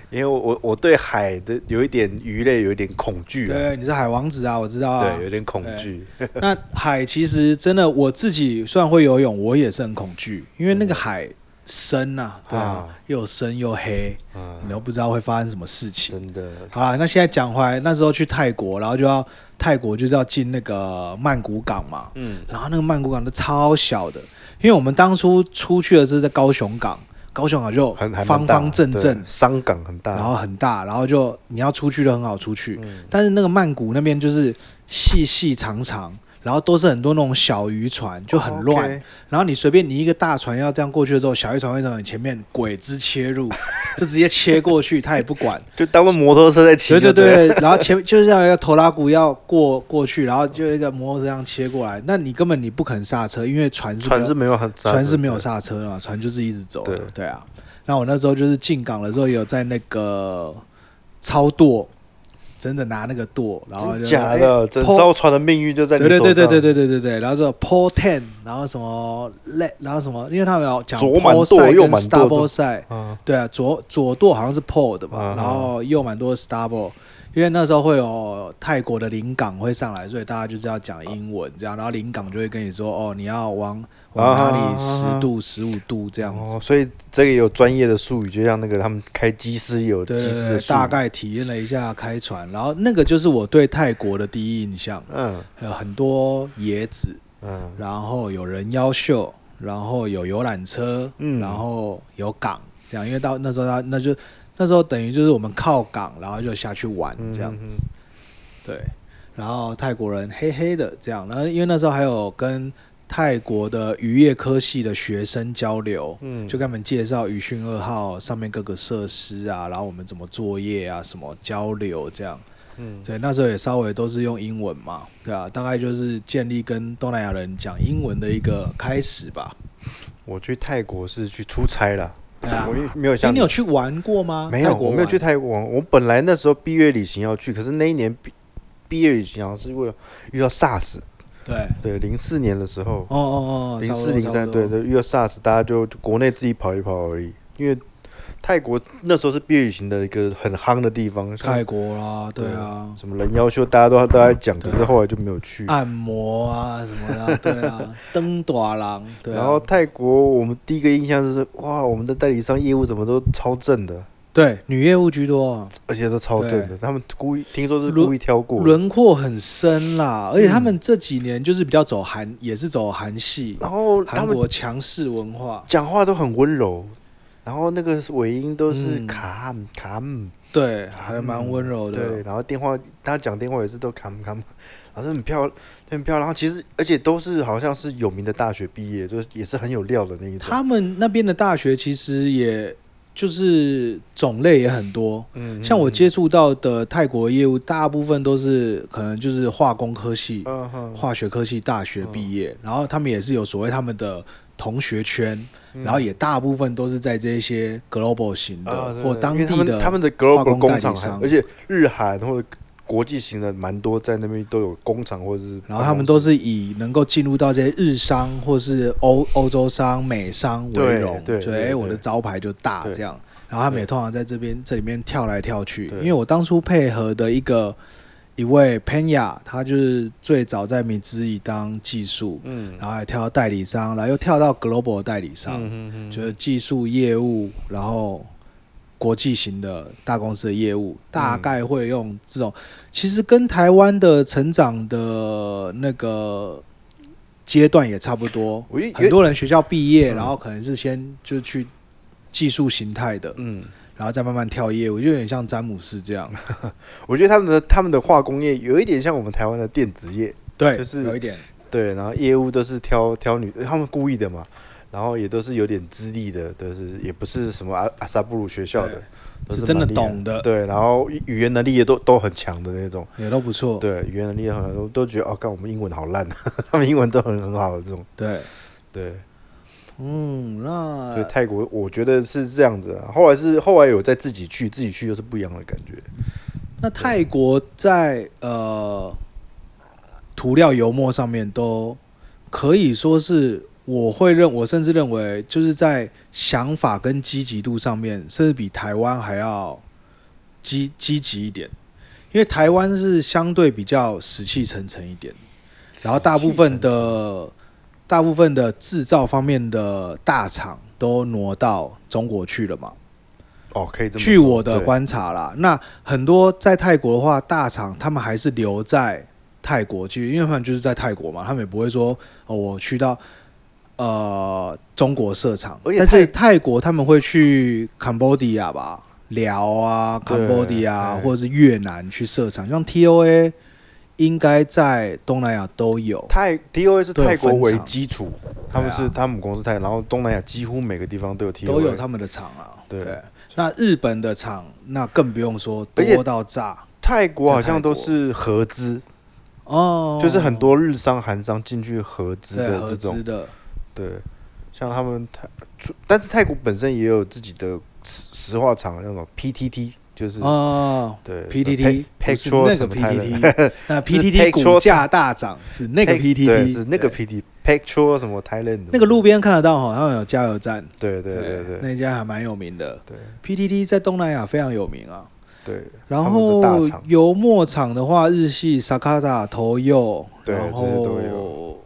A: 因为我我我对海的有一点鱼类有一点恐惧啊，
B: 对，你是海王子啊，我知道啊
A: 对，。有点恐惧。
B: 那海其实真的我自己虽然会游泳，我也是很恐惧，因为那个海深呐、啊，对啊
A: 啊，
B: 又深又黑，你
A: 嗯，
B: 都不知道会发生什么事情。
A: 真的，
B: 好啦，那现在讲回来，那时候去泰国，然后就要泰国就是要进那个曼谷港嘛，
A: 嗯，
B: 然后那个曼谷港都超小的，因为我们当初出去的是在高雄港，高雄港就
A: 很还蛮
B: 方
A: 大
B: 方正正
A: 对，伤感很大。
B: 然后很大，然后就你要出去就很好出去，
A: 啊嗯
B: 但是那个曼谷那边就是细细长长。然后都是很多那种小渔船，就很乱。
A: 哦 OK
B: 然后你随便你一个大船要这样过去的时候，小渔船会从你前面鬼子切入， 就直接切过去，他也 不管。
A: 就当做摩托车在骑。
B: 对对
A: 对了，
B: 对，然后前面就是要一个头拉骨要过过去，然后就一个摩托车这样切过来，那你根本你不肯刹车，因为船是没有
A: 船是没有很，
B: 船是没有
A: 对
B: 刹车的嘛，船就是一直走的
A: 对，
B: 对啊。那我那时候就是进港的时候，有在那个操舵，真的拿那个舵，然后
A: 真
B: 就
A: 假
B: 哎
A: 的，整艘船的命运就在你
B: 对
A: 手
B: 对
A: 上。
B: 对对对对对对对，然后说 pole ten，然后什么 let，然后什么，因为他们有讲
A: 左满
B: pole
A: 舵
B: side
A: 右
B: 跟
A: 满舵
B: starboard side，
A: 啊，
B: 对啊，左左舵好像是 pole 的吧，
A: 嗯
B: 然后右蛮多是 starboard，因为那时候会有泰国的临港会上来，所以大家就是要讲英文这样，然后临港就会跟你说哦，你要往往哪里十度、十五度这样子
A: 哦，，所以这个有专业的术语，就像那个他们开机师有
B: 对
A: 机
B: 对
A: 师
B: 对
A: 的
B: 对，
A: 术语。
B: 大概体验了一下开船，然后那个就是我对泰国的第一印象，
A: 嗯
B: 有很多椰子，
A: 嗯
B: 然后有人妖秀，然后有游览车，
A: 嗯
B: 然后有港，这样，因为到那时候他那就那时候等于就是我们靠港，然后就下去玩
A: 嗯
B: 这样
A: 嗯
B: 子，对，然后泰国人黑黑的这样，然后因为那时候还有跟泰国的渔业科系的学生交流。
A: 嗯，
B: 就跟他们介绍渔讯二号上面各个设施啊，然后我们怎么作业啊，什么交流这样。
A: 嗯
B: 对，那时候也稍微都是用英文嘛，对啊，大概就是建立跟东南亚人讲英文的一个开始吧。
A: 我去泰国是去出差啦，
B: 对啊
A: 我也没有
B: 哎、
A: 像
B: 你有去玩过吗？
A: 没有，
B: 泰国
A: 我没有
B: 玩
A: 去。泰国玩。我本来那时候毕业旅行要去，可是那一年毕毕业旅行好像是为了遇到 SARS，
B: 对，
A: 对，零四年的时候，
B: 哦哦哦，
A: 零
B: 差不
A: 四
B: 多
A: 零三，对，
B: 差不多
A: 对，遇到 SARS，大家就就国内自己跑一跑而已。因为泰国那时候是毕业旅行的一个很夯的地方，像
B: 泰国啦，对啊，
A: 什么人妖秀，大家都都在讲，
B: 对
A: 可是后来就没有去。
B: 按摩啊什么的，对啊， 登短廊，对啊，
A: 然后泰国，我们第一个印象就是，哇，我们的代理商业务怎么都超正的，
B: 对女业务居多，啊
A: 而且都超正的。他们故意听说是
B: 轮
A: 故意挑过的，
B: 轮廓很深啦，而且他们这几年就是比较走韩，也是走韩系，
A: 嗯然后他
B: 韩
A: 们
B: 国强势文化，
A: 讲话都很温柔，然后那个尾音都是
B: 嗯
A: 卡姆卡姆，
B: 对，啊还蛮温柔的，
A: 嗯对，然后电话他讲电话也是都卡姆卡姆，然后很漂亮，很漂亮。然后其实而且都是好像是有名的大学毕业，就是也是很有料的那一种。
B: 他们那边的大学其实也就是种类也很多，
A: 嗯
B: 像我接，触到的泰国业务，大部分都是可能就是化工科系、
A: 嗯哼
B: 化学科系大学毕业，然后他们也是有所谓他们的同学圈，
A: 嗯
B: 然后也大部分都是在这些 global 型的、
A: 啊对
B: 或
A: 对
B: 当
A: 因为
B: 地
A: 他
B: 的
A: 们他们的
B: 化
A: global
B: 工
A: 工
B: 代理
A: 厂还
B: 商，
A: 而且日韩或者国际型的蛮多在那边都有工厂或者是办公室，
B: 然后他们都是以能够进入到这些日商或是欧欧洲商、美商为
A: 对
B: 荣，
A: 对
B: 就
A: 对
B: 哎
A: 对
B: 我的招牌就大
A: 对
B: 这样。然后他们也
A: 对
B: 通常在这边这里面跳来跳去，
A: 对
B: 因为我当初配合的一个一位 Pena，他就是最早在米兹以当技术，
A: 嗯
B: 然后还跳到代理商，然后又跳到 Global 代理商，
A: 嗯嗯
B: 就是技术业务，然后国际型的大公司的业务，
A: 嗯
B: 大概会用这种，其实跟台湾的成长的那个阶段也差不多。
A: 我觉得
B: 很
A: 有
B: 多人学校毕业，
A: 嗯
B: 然后可能是先就去技术形态的，
A: 嗯，
B: 然后再慢慢跳业务，就有点像詹姆斯这 样。
A: 我觉得他们的他们的化工业有一点像我们台湾的电子业，
B: 对，
A: 就是
B: 有一点。
A: 对，然后业务都是挑挑女，他们故意的嘛，然后也都是有点资历的，都是也不是什么阿阿萨布鲁学校的
B: 对，
A: 都
B: 是真的
A: 蛮厉害
B: 懂的
A: 对，然后语语言能力也都都很强的那种，
B: 也都不错。
A: 对，语言能力很强，都都觉得哦，干我们英文好烂， 他们英文都很很好的这种，
B: 对，
A: 对，
B: 嗯，
A: 所以
B: 那
A: 泰国我觉得是这样子啊，后来是后来有再自己去，自己去又是不一样的感觉，
B: 那泰国在呃涂料油墨上面都可以说是，我会认，我甚至认为就是在想法跟积极度上面，甚至比台湾还要积积极一点，因为台湾是相对比较死气沉沉一点，然后大部分的大部分的制造方面的大厂都挪到中国去了嘛。
A: 哦，可以这么
B: 据
A: 说
B: 我的
A: 对
B: 观察啦，那很多在泰国的话，大厂他们还是留在泰国去，因为他们就是在泰国嘛，他们也不会说哦，我去到呃中国设厂
A: 而，且
B: 但是
A: 泰
B: 泰国他们会去 Cambodia 吧，辽啊
A: 对哎
B: ，Cambodia
A: 对
B: 或者是越南去设厂，像 TOA 应该在东南亚都有，
A: 泰 DOA 是
B: 都有
A: 泰国
B: 分
A: 为
B: 厂
A: 基础，他们
B: 对啊
A: 是他们公司泰，然后东南亚几乎每个地方都有 DOA，
B: 都有他们的厂啊。
A: 对
B: 那日本的厂那更不用说，
A: 而且
B: 多到炸
A: 泰国好像
B: 在泰国
A: 都是合资，
B: 哦，
A: 就是很多日商、韩商进去合资
B: 对
A: 的
B: 合
A: 这种
B: 资，的。
A: 对，像他们泰，除但是泰国本身也有自己的石石化厂，那种 PTT，就是、
B: 哦
A: 对
B: PTT 不是
A: Petro
B: 那个 PTT，那
A: Take Short
B: PTT 股价大涨是那个
A: 对
B: PTT，
A: 是那个
B: 对
A: PT Petro 什么 Thailand
B: 那个路边看得到，好像有加油站，
A: 对对对对对
B: 那家还蛮有名的。
A: 对
B: PTT 在东南亚非常有名啊。
A: 对，
B: 然
A: 他们的大
B: 后
A: 厂
B: 油墨厂的话，日系 Sakata、头右，
A: 对
B: 然
A: 这些都
B: 后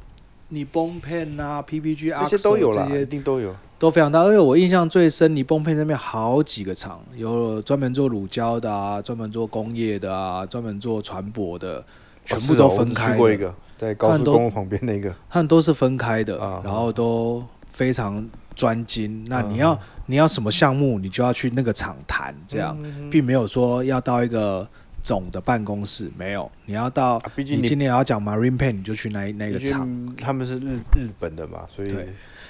B: 你崩片啊、PPG 啊，
A: 这些都有啦，
B: 这些
A: 一定都有。
B: 都非常大。因为我印象最深，你崩配那边好几个厂，有专门做乳胶的啊，专门做工业的啊，专门做船舶的，全部都分
A: 哦哦是哦我只
B: 开
A: 去过一
B: 的，
A: 个，在高
B: 他
A: 速
B: 们都
A: 公路旁边那个。
B: 他们都是分开的
A: 啊，
B: 然后都非常专精。那你要
A: 啊
B: 你要什么项目，你就要去那个厂谈，这样，
A: 嗯
B: 并没有说要到一个总的办公室，没有，你要到
A: 啊毕竟
B: 你
A: 你
B: 今年要讲 marine paint，你就去那那个
A: 毕竟
B: 厂。
A: 他们是日日本的嘛，所以
B: 对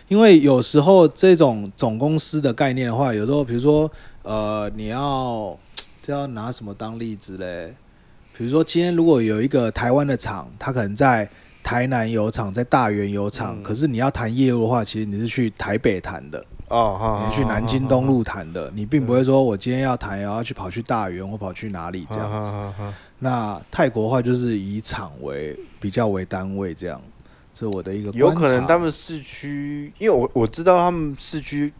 B: 因为有时候这种总公司的概念的话，有时候比如说，呃，你要这要拿什么当例子嘞？比如说，今天如果有一个台湾的厂，它可能在台南有厂，在大园有厂，
A: 嗯
B: 可是你要谈业务的话，其实你是去台北谈的，
A: 哦，哈，
B: 你去南京东路谈
A: 啊
B: 的，你并不会说我今天要谈，然后去跑去大园或跑去哪里这样子。
A: 子。
B: 那泰国的话就是以厂为比较为单位这样，这是我的一个
A: 有
B: 观察
A: 可能他们市区，因为我我知道他们市区，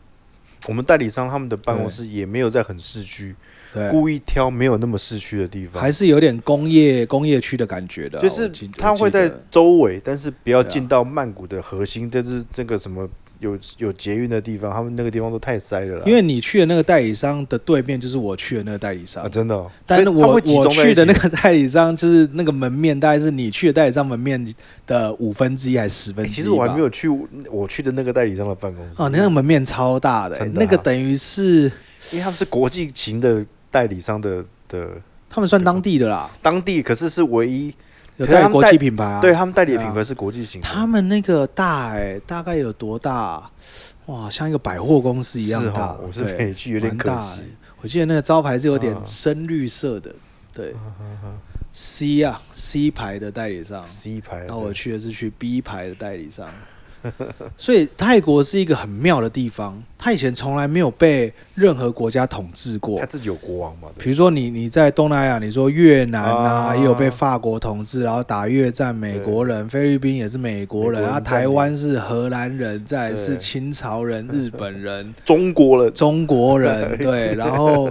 A: 我们代理商他们的办公室也没有在很市区，
B: 对
A: 故意挑没有那么市区的地方，
B: 还是有点工业工业区的感觉的啊。
A: 就是
B: 我记我
A: 他
B: 记
A: 会在
B: 得
A: 周围，但是不要
B: 对啊
A: 进到曼谷的核心，但是这个什么有有捷运的地方，他们那个地方都太塞了啦。
B: 因为你去的那个代理商的对面就是我去的那个代理商
A: 啊，，真的哦，
B: 但是
A: 所以他
B: 我
A: 会集
B: 我
A: 中在
B: 去的
A: 一
B: 那
A: 起
B: 个代理商就是那个门面，大概是你去的代理商门面的五分之一还是十分
A: 欸
B: 之
A: 其
B: 一吧？
A: 实我还没有去我去的那个代理商的办公室
B: 哦，那个门面超大的欸、
A: 真的啊
B: 那个等于是
A: 因为他们是国际型的代理商的的
B: 他们算当地的啦，
A: 当地，可是是唯一
B: 有
A: 可是
B: 带
A: 他们
B: 国
A: 代
B: 际品牌啊。
A: 对，他们代理的品
B: 对
A: 牌是国际型的，
B: 他们那个大哎、大概有多大啊、哇，像一个百货公司一样
A: 是
B: 大
A: 哈，。我是
B: 对
A: 没去，有点
B: 蛮
A: 可
B: 大
A: 惜
B: 的。我记得那个招牌是有点
A: 嗯
B: 深绿色的，对，C 啊 C 牌的代理商，
A: C 牌
B: 那我
A: 的
B: 去的是去 B 牌的代理商， 所以泰国是一个很妙的地方，它以前从来没有被任何国家统治过
A: 他。自己有国王嘛？对
B: 比如说你你在东南亚，你说越南啊，
A: 啊
B: 也有被法国统治，然后打越战，美国人，菲律宾也是美国人，
A: 美国人
B: 啊，
A: 占领
B: 台湾是荷兰人，再来是
A: 对
B: 清 朝人、日本人，
A: 中国人
B: 中国人对，然后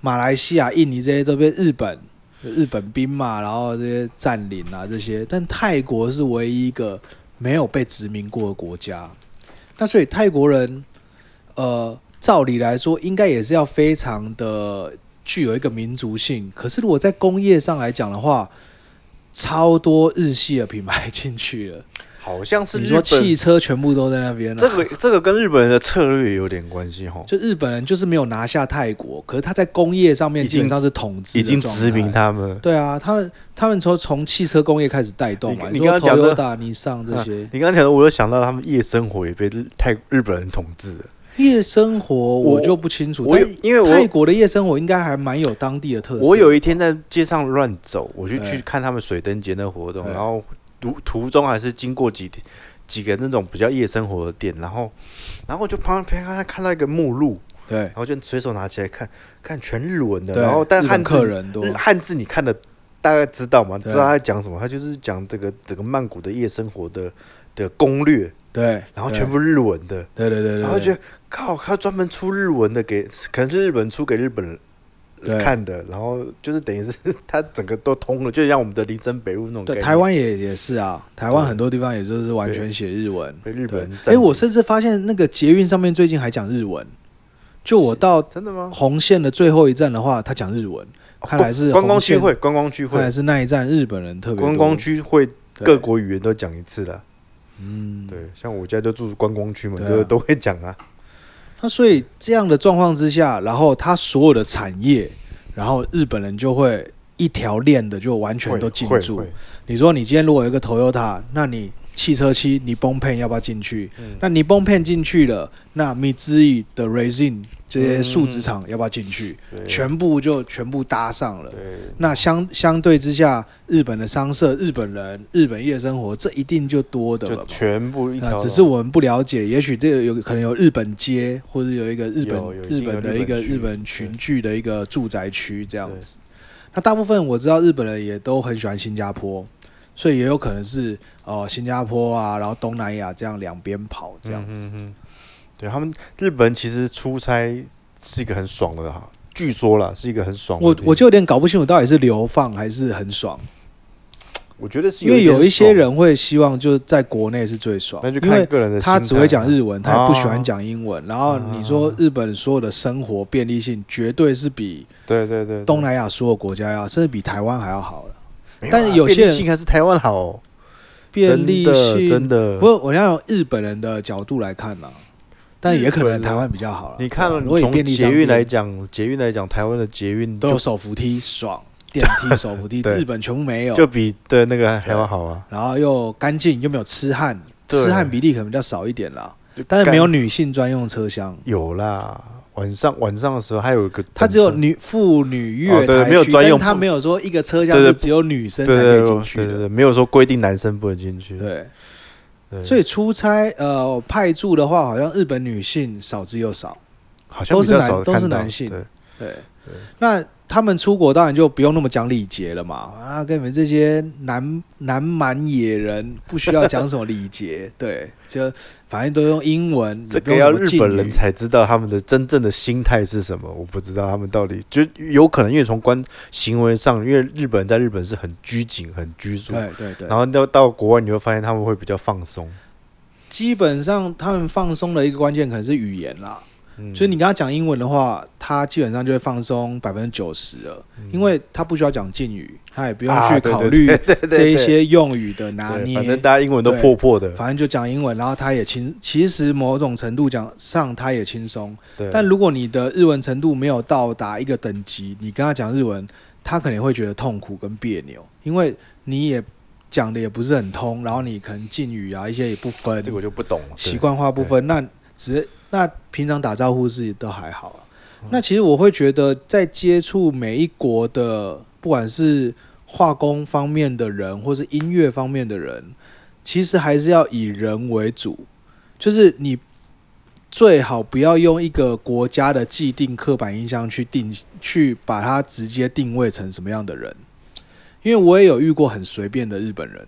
B: 马来西亚、印尼这些都被日本日本兵嘛，然后这些占领啊这些，但泰国是唯一一个没有被殖民过的国家。那所以泰国人，呃，照理来说应该也是要非常的具有一个民族性。可是如果在工业上来讲的话，超多日系的品牌进去了，
A: 好像是
B: 你
A: 日
B: 说
A: 本
B: 汽车全部都在那 边了、啊
A: 这个这个跟日本人的策略有点关系哈，
B: 就日本人就是没有拿下泰国，可是他在工业上面
A: 已经
B: 基本上是统治，
A: 已经殖民。他们了。
B: 对啊，他们他们从从汽车工业开始带动嘛，
A: 你你
B: 说
A: 刚刚讲的
B: Toyota、尼桑这些
A: 啊你刚刚讲的，我又想到他们夜生活也被日泰日本人统治了。
B: 夜生活，我就不清楚。
A: 我有
B: 但
A: 因为我
B: 泰国的夜生活应该还蛮有当地的特色。
A: 我有一天在街上乱走，我去
B: 哎
A: 去看他们水灯节那活动，
B: 哎
A: 然后途途中还是经过几几个那种比较夜生活的店，然后然后我就旁边看看到一个目录，
B: 对
A: 然后就随手拿起来看，看全日文的，
B: 对，
A: 然后但
B: 日本
A: 汉
B: 客
A: 字
B: 人多，
A: 日汉字你看的大概知道嘛，知
B: 嗯对
A: 道他在讲什么，他就是讲这个整个曼谷的夜生活的的攻略，
B: 对，
A: 然后
B: 对
A: 全部日文的，
B: 对对对对，
A: 然后
B: 对
A: 觉得靠，他专门出日文的给，可能是日本出给日本
B: 对
A: 人看的，然后就是等于是他整个都通了，就像我们的林森北路那种概
B: 对
A: 念。
B: 台湾也也是啊，台湾
A: 对
B: 很多地方也就是完全写日文。
A: 被日
B: 对
A: 本人，占据，
B: 哎、我甚至发现那个捷运上面最近还讲日文，就我到
A: 真的吗？
B: 红线的最后一站的话，他讲日文，
A: 哦
B: 看来是
A: 观光
B: 红线
A: 区会，观光区
B: 看来
A: 会，
B: 是那一站日本人特别多
A: 观光区会
B: 对
A: 各国语言都讲一次了。
B: 嗯，
A: 对，像我家就住观光区嘛，
B: 对啊
A: 就是都会讲啊。
B: 那所以这样的状况之下，然后他所有的产业，然后日本人就会一条链的就完全
A: 会
B: 都进
A: 会
B: 驻
A: 会。
B: 你说你今天如果有一个 Toyota，那你汽车期你崩配要不要进去？
A: 嗯
B: 那你崩片进去了，那米之意的 Resin 这些
A: 嗯
B: 树脂厂要不要进去？
A: 对
B: 全部就全部搭上了。
A: 对
B: 那相相对之下，日本的商社、日本人、日本夜生活，这一定就多的了
A: 就
B: 嘛。
A: 全部一
B: 那
A: 条。
B: 只是我们不了解，也许这个有可能有日本街，或者有一个日本
A: 有有一定
B: 日
A: 有
B: 本的
A: 日本
B: 一个
A: 区
B: 日本群聚的一个住宅区这样
A: 对
B: 子。那大部分我知道日本人也都很喜欢新加坡，所以也有可能是呃新加坡啊，然后东南亚这样两边跑这样子。
A: 嗯哼哼对他们日本其实出差是一个很爽的哈，据说啦是一个很爽的
B: 我
A: 地方。
B: 我就有点搞不清楚到底是流放还是很爽，
A: 我觉得是
B: 因为有一
A: 点
B: 些
A: 爽
B: 人会希望就在国内是最爽，
A: 那就
B: 因为
A: 看个人的心态哦
B: 他
A: 啊。
B: 只会讲日文，他也不喜欢
A: 啊
B: 讲英文。然后你说日本所有的生活便利性，绝对是比
A: 对对对，对
B: 东南亚所有国家要，甚至比台湾还要好了。
A: 没
B: 但
A: 啊
B: 有些
A: 便利
B: 人
A: 性还是台湾好哦，
B: 便利
A: 真的
B: 性，
A: 真的
B: 不过我要用日本人的角度来看啦，但也可能台湾比较好了。
A: 你看
B: 对吧啊如果以
A: 从
B: 便利
A: 捷
B: 商
A: 运来
B: 店
A: 讲，捷运来讲，台湾的捷运
B: 都有
A: 就
B: 手扶梯，爽；电梯、 手扶梯，
A: 对
B: 日本全部没有。
A: 就比对那个台湾好啊，
B: 然后又干净，又没有痴汉，
A: 对
B: 痴汉比例可能比较少一点啦，
A: 就
B: 但是
A: 干
B: 没有女性专用车厢。
A: 有啦。晚上晚上的时候还有一个等车，
B: 它只有女妇女乐
A: 哦对
B: 台
A: 没有
B: 区
A: 专
B: 但
A: 用
B: 它
A: 不
B: 没有说一个车厢
A: 对
B: 是
A: 对
B: 只有女生
A: 对
B: 才
A: 对对
B: 可以进去
A: 对对
B: 的。
A: 对，没有说规定男生不能进去。
B: 对，
A: 对，
B: 所以出差呃派驻的话，好像日本女性少之又少。
A: 好像
B: 都
A: 比
B: 是
A: 较
B: 男
A: 少
B: 都
A: 看
B: 是
A: 到
B: 男性
A: 对
B: 对，那他们出国当然就不用那么讲礼节了嘛，啊，跟你们这些南南蛮野人不需要讲什么 礼节，对，就反正都用英文，也
A: 这
B: 不
A: 个
B: 用
A: 要
B: 什么
A: 日
B: 敬
A: 本
B: 语
A: 人才知道他们的真正的心态是什么，我不知道他们到底就有可能，因为从观行为上，因为日本人在日本是很拘谨、很拘束，
B: 对对对，
A: 然后到到国外你会发现他们会比较放松，
B: 基本上他们放松的一个关键可能是语言啦，
A: 嗯
B: 所以你跟他讲英文的话，他基本上就会放松百分之九十了，因为他不需要讲敬语，他也不用
A: 啊
B: 去
A: 对对
B: 考
A: 对
B: 虑
A: 对对
B: 这
A: 对
B: 一些用语的拿
A: 对
B: 捏，
A: 反正大家英文都
B: 对
A: 破破的，
B: 反正就讲英文，然后他也轻，其实某种程度讲上他也轻松。
A: 对，
B: 但如果你的日文程度没有到达一个等级，你跟他讲日文，他可能会觉得痛苦跟别扭，因为你也讲的也不是很通，然后你可能敬语啊一些也不分
A: 这，个我就不懂了，对
B: 习惯化不分，那只那平常打招呼是都还好啊、
A: 嗯
B: 那其实我会觉得，在接触每一国的，不管是化工方面的人，或是音乐方面的人，其实还是要以人为主，就是你最好不要用一个国家的既定刻板印象去定，去把它直接定位成什么样的人。因为我也有遇过很随便的日本人，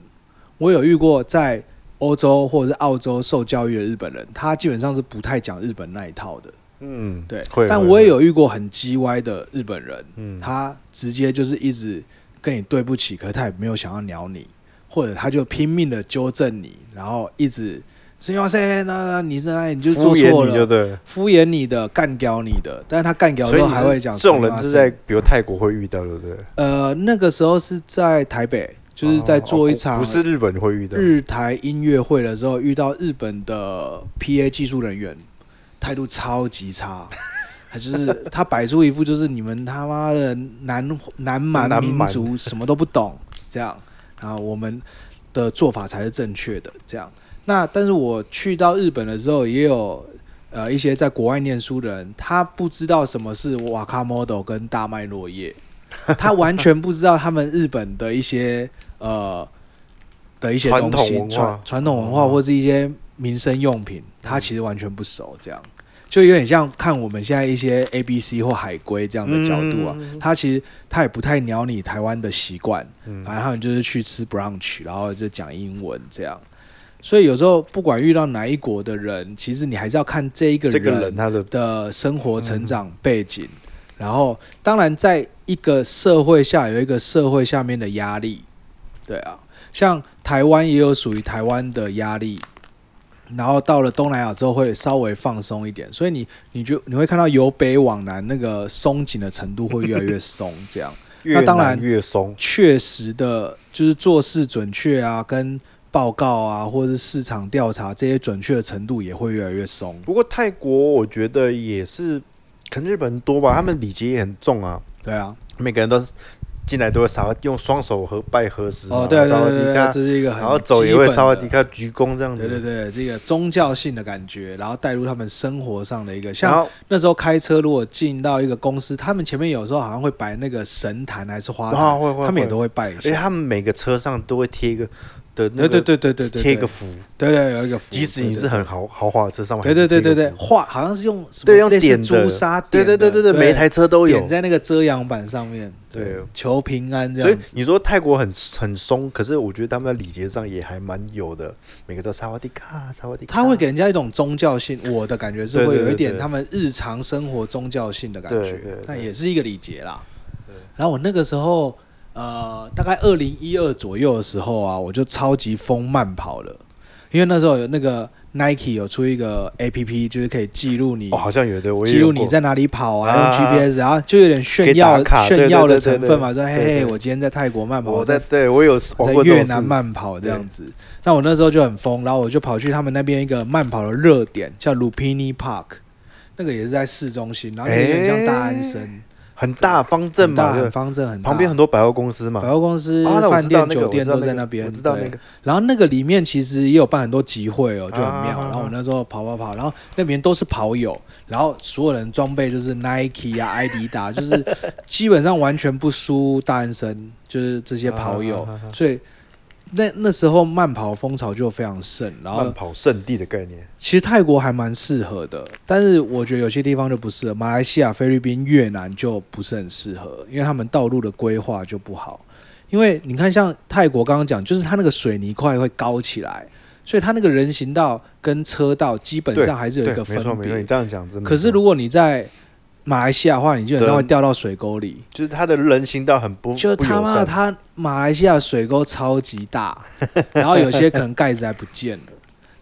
B: 我有遇过在欧洲或者是澳洲受教育的日本人，他基本上是不太讲日本那一套的。
A: 嗯，
B: 对
A: 会。
B: 但
A: 会
B: 我也
A: 会
B: 有遇过很叽歪的日本人，
A: 嗯
B: 他直接就是一直跟你对不起，可是他也没有想要鸟你，或者他就拼命的纠正你，然后一直是因为那那你是那你就
A: 敷
B: 做
A: 衍
B: 错
A: 你就
B: 了，
A: 对了，
B: 敷衍你的，干掉你的，但是他干掉
A: 所
B: 之
A: 以
B: 后
A: 你
B: 还
A: 是
B: 会讲啊
A: 这种人
B: 什么
A: 是在比如泰国会遇到的，对不对？
B: 呃那个时候是在台北，就是在
A: 哦
B: 做一
A: 哦
B: 场
A: 不是日本会遇到，
B: 日台音乐会的时候，遇到日本的 PA 技术人员，态度超级差， 他就是他摆出一副就是你们他妈的南南蛮
A: 南蛮
B: 民族什么都不懂这样，然后我们的做法才是正确的这样。那但是我去到日本的时候，也有呃一些在国外念书的人，他不知道什么是瓦卡 model 跟大麦落叶，他完全不知道他们日本的一些呃的一些
A: 传
B: 东
A: 统
B: 西
A: 文化
B: 传传统文化
A: 嗯
B: 或是一些民生用品，他其实完全不熟，这样就有点像看我们现在一些 A B C 或海龟这样的角度啊，
A: 嗯
B: 他其实他也不太鸟你台湾的习惯，
A: 嗯
B: 反正他们就是去吃 brunch，然后就讲英文这样。所以有时候不管遇到哪一国的人，其实你还是要看这一个
A: 这
B: 人
A: 个人嗯他的
B: 的生活成长背景，然后当然在一个社会下有一个社会下面的压力，对啊，像台湾也有属于台湾的压力，然后到了东南亚之后会稍微放松一点，所以你你就你会看到由北往南那个松紧的程度会越来越松，这样。
A: 越
B: 当
A: 难
B: 然
A: 越松，
B: 确实的，就是做事准确啊，跟报告啊，或者是市场调查这些准确的程度也会越来越松。
A: 不过泰国我觉得也是，可能日本人多吧，他们礼节也很重啊，
B: 对啊，
A: 每个人都是进来都会稍微用双手合拜合十嘛，
B: 哦，对对
A: 啊稍微
B: 对
A: 低
B: 对，
A: 下
B: 这是一个很
A: 然后走也会
B: 基本的
A: 稍微低。下鞠躬这样子，
B: 对对对，这个宗教性的感觉，然后带入他们生活上的一个，
A: 然
B: 像
A: 后
B: 那时候开车，如果进到一个公司，他们前面有时候好像会摆那个神坛还是花
A: 然后
B: 坛，
A: 啊会会，
B: 他们也
A: 会
B: 都，会拜一
A: 而且
B: 下。
A: 他们每个车上都会贴一个的那
B: 对
A: 个
B: 对对对对对，
A: 贴一个
B: 对
A: 符，
B: 对对有一个符，
A: 即使
B: 对
A: 你
B: 对
A: 是很豪豪华的车上面还
B: 对
A: 是
B: 对
A: 贴一个
B: 对
A: 符，
B: 对对，画好像是用什么
A: 对用
B: 类似
A: 点的
B: 朱砂
A: 对
B: 点的，
A: 对对对对，每一台车都有
B: 点，在那个遮阳板上面，
A: 对
B: 求平安这
A: 所以
B: 样子。
A: 你说泰国很很松，可是我觉得他们的礼节上也还蛮有的，每个都萨瓦迪卡，萨瓦迪卡，
B: 他会给人家一种宗教性，我的感觉是会
A: 对对
B: 有一
A: 对
B: 点
A: 对
B: 他们日常生活宗教性的感
A: 对
B: 觉
A: 对对，
B: 那也是一个礼节啦
A: 对。
B: 然后我那个时候，呃，大概二零一二左右的时候啊，我就超级疯慢跑了，因为那时候有那个 Nike 有出一个 A P P，就是可以记录你
A: 哦，好像有的，我也
B: 记录
A: 用过
B: 你在哪里跑啊，
A: 啊
B: 用 GPS，然后就有点炫耀
A: 可以打卡
B: 炫耀的成分嘛，
A: 对
B: 说
A: 对对对
B: 嘿
A: 对
B: 嘿，
A: 对
B: 我今天在泰国慢跑，
A: 我在对我有
B: 我
A: 玩
B: 在
A: 过这
B: 越
A: 种事
B: 南慢跑这样子。那我那时候就很疯，然后我就跑去他们那边一个慢跑的热点，叫 Lupini Park，那个也是在市中心，然后有点像大安森，
A: 很大方正
B: 很
A: 嘛，
B: 大
A: 对
B: 很方正很大，
A: 旁边很多百货公司嘛，
B: 百货公司、
A: 啊，那我
B: 饭
A: 知道
B: 店、
A: 那个，
B: 酒
A: 我知
B: 店
A: 道
B: 都
A: 那
B: 在
A: 个
B: 那边，
A: 我知道
B: 对
A: 那个，
B: 然后那个里面其实也有办很多集会哦，就很妙。
A: 啊
B: 然后我那时候跑跑跑，然后那边都是跑友，然后所有人装备就是 Nike 啊、 艾迪达，就是基本上完全不输大安森，就是这些跑友。
A: 啊啊啊啊
B: 所以那那时候慢跑风潮就非常盛，然后
A: 慢跑圣地的概念，
B: 其实泰国还蛮适合的，但是我觉得有些地方就不适合，马来西亚、菲律宾、越南就不是很适合，因为他们道路的规划就不好。因为你看，像泰国刚刚讲，就是它那个水泥块会高起来，所以它那个人行道跟车道基本上还是有一
A: 对，
B: 个
A: 没
B: 分
A: 错没错，你
B: 别。
A: 这样讲真的没错。
B: 可是如果你在马来西亚的话，你基本上会掉到水沟里。
A: 就是他的人行道很不，
B: 就
A: 不友
B: 他妈的，
A: 善
B: 他马来西亚水沟超级大， 然后有些可能盖子还不见了，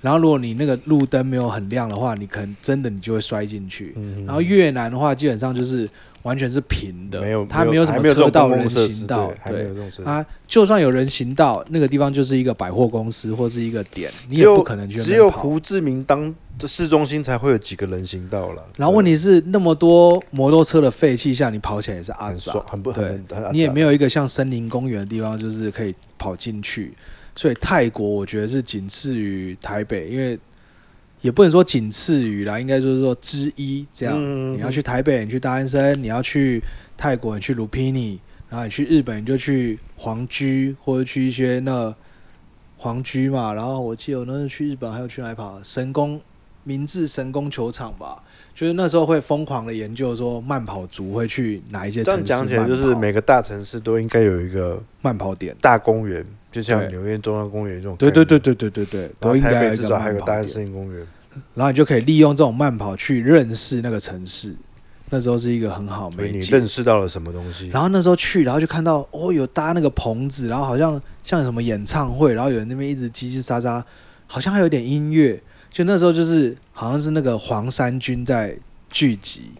B: 然后如果你那个路灯没有很亮的话，你可能真的你就会摔进去。
A: 嗯
B: 然后越南的话，基本上就是完全是平的，
A: 没有
B: 它
A: 没
B: 有
A: 有
B: 什
A: 还
B: 么
A: 没有这
B: 车
A: 种
B: 道、
A: 公共
B: 人
A: 设
B: 行
A: 施
B: 道
A: 对，还没有这种设施。
B: 啊，就算有人行道，那个地方就是一个百货公司或是一个点，你
A: 只
B: 也
A: 有
B: 不可能去那边
A: 只有
B: 跑
A: 胡志明当的市中心才会有几个人行道了。
B: 然后问
A: 对
B: 题是，那么多摩托车的废气下，你跑起来也是阿
A: 很
B: 杂
A: 爽，，很不
B: 对
A: 很很
B: 你也没
A: 有
B: 有一个像森林公园的地方，就是可以跑进去。所以泰国我觉得是仅次于台北，因为也不能说仅次于啦，应该就是说之一这样。
A: 嗯嗯嗯
B: 你要去台北，你去大安森；你要去泰国，你去卢皮尼；然后你去日本，你就去皇居或者去一些那皇居嘛。然后我记得我那时候去日本还有去哪里跑神宫明治神宫球场吧。就是那时候会疯狂的研究说慢跑族会去哪一些
A: 嗯这
B: 城
A: 样讲
B: 市
A: 起来，就是
B: 慢跑
A: 每个大城市都应该有一个
B: 慢跑点。
A: 大公园，就像
B: 对
A: 纽约中央公园这种概
B: 对
A: 念。
B: 对对对对对对，
A: 然
B: 都
A: 后
B: 应
A: 台
B: 该有
A: 北
B: 一
A: 至
B: 个
A: 少还有个
B: 慢跑
A: 大安
B: 点
A: 森林公园。
B: 然后你就可以利用这种慢跑去认识那个城市。那时候是一个很好
A: 所以
B: 媒
A: 你
B: 介。
A: 认识到了什么东西？
B: 哦然后那时候去，然后就看到哦，有搭那个棚子，然后好像像什么演唱会，然后有人那边一直叽叽喳喳，好像还有点音乐。就那时候就是好像是那个黄山军在聚集，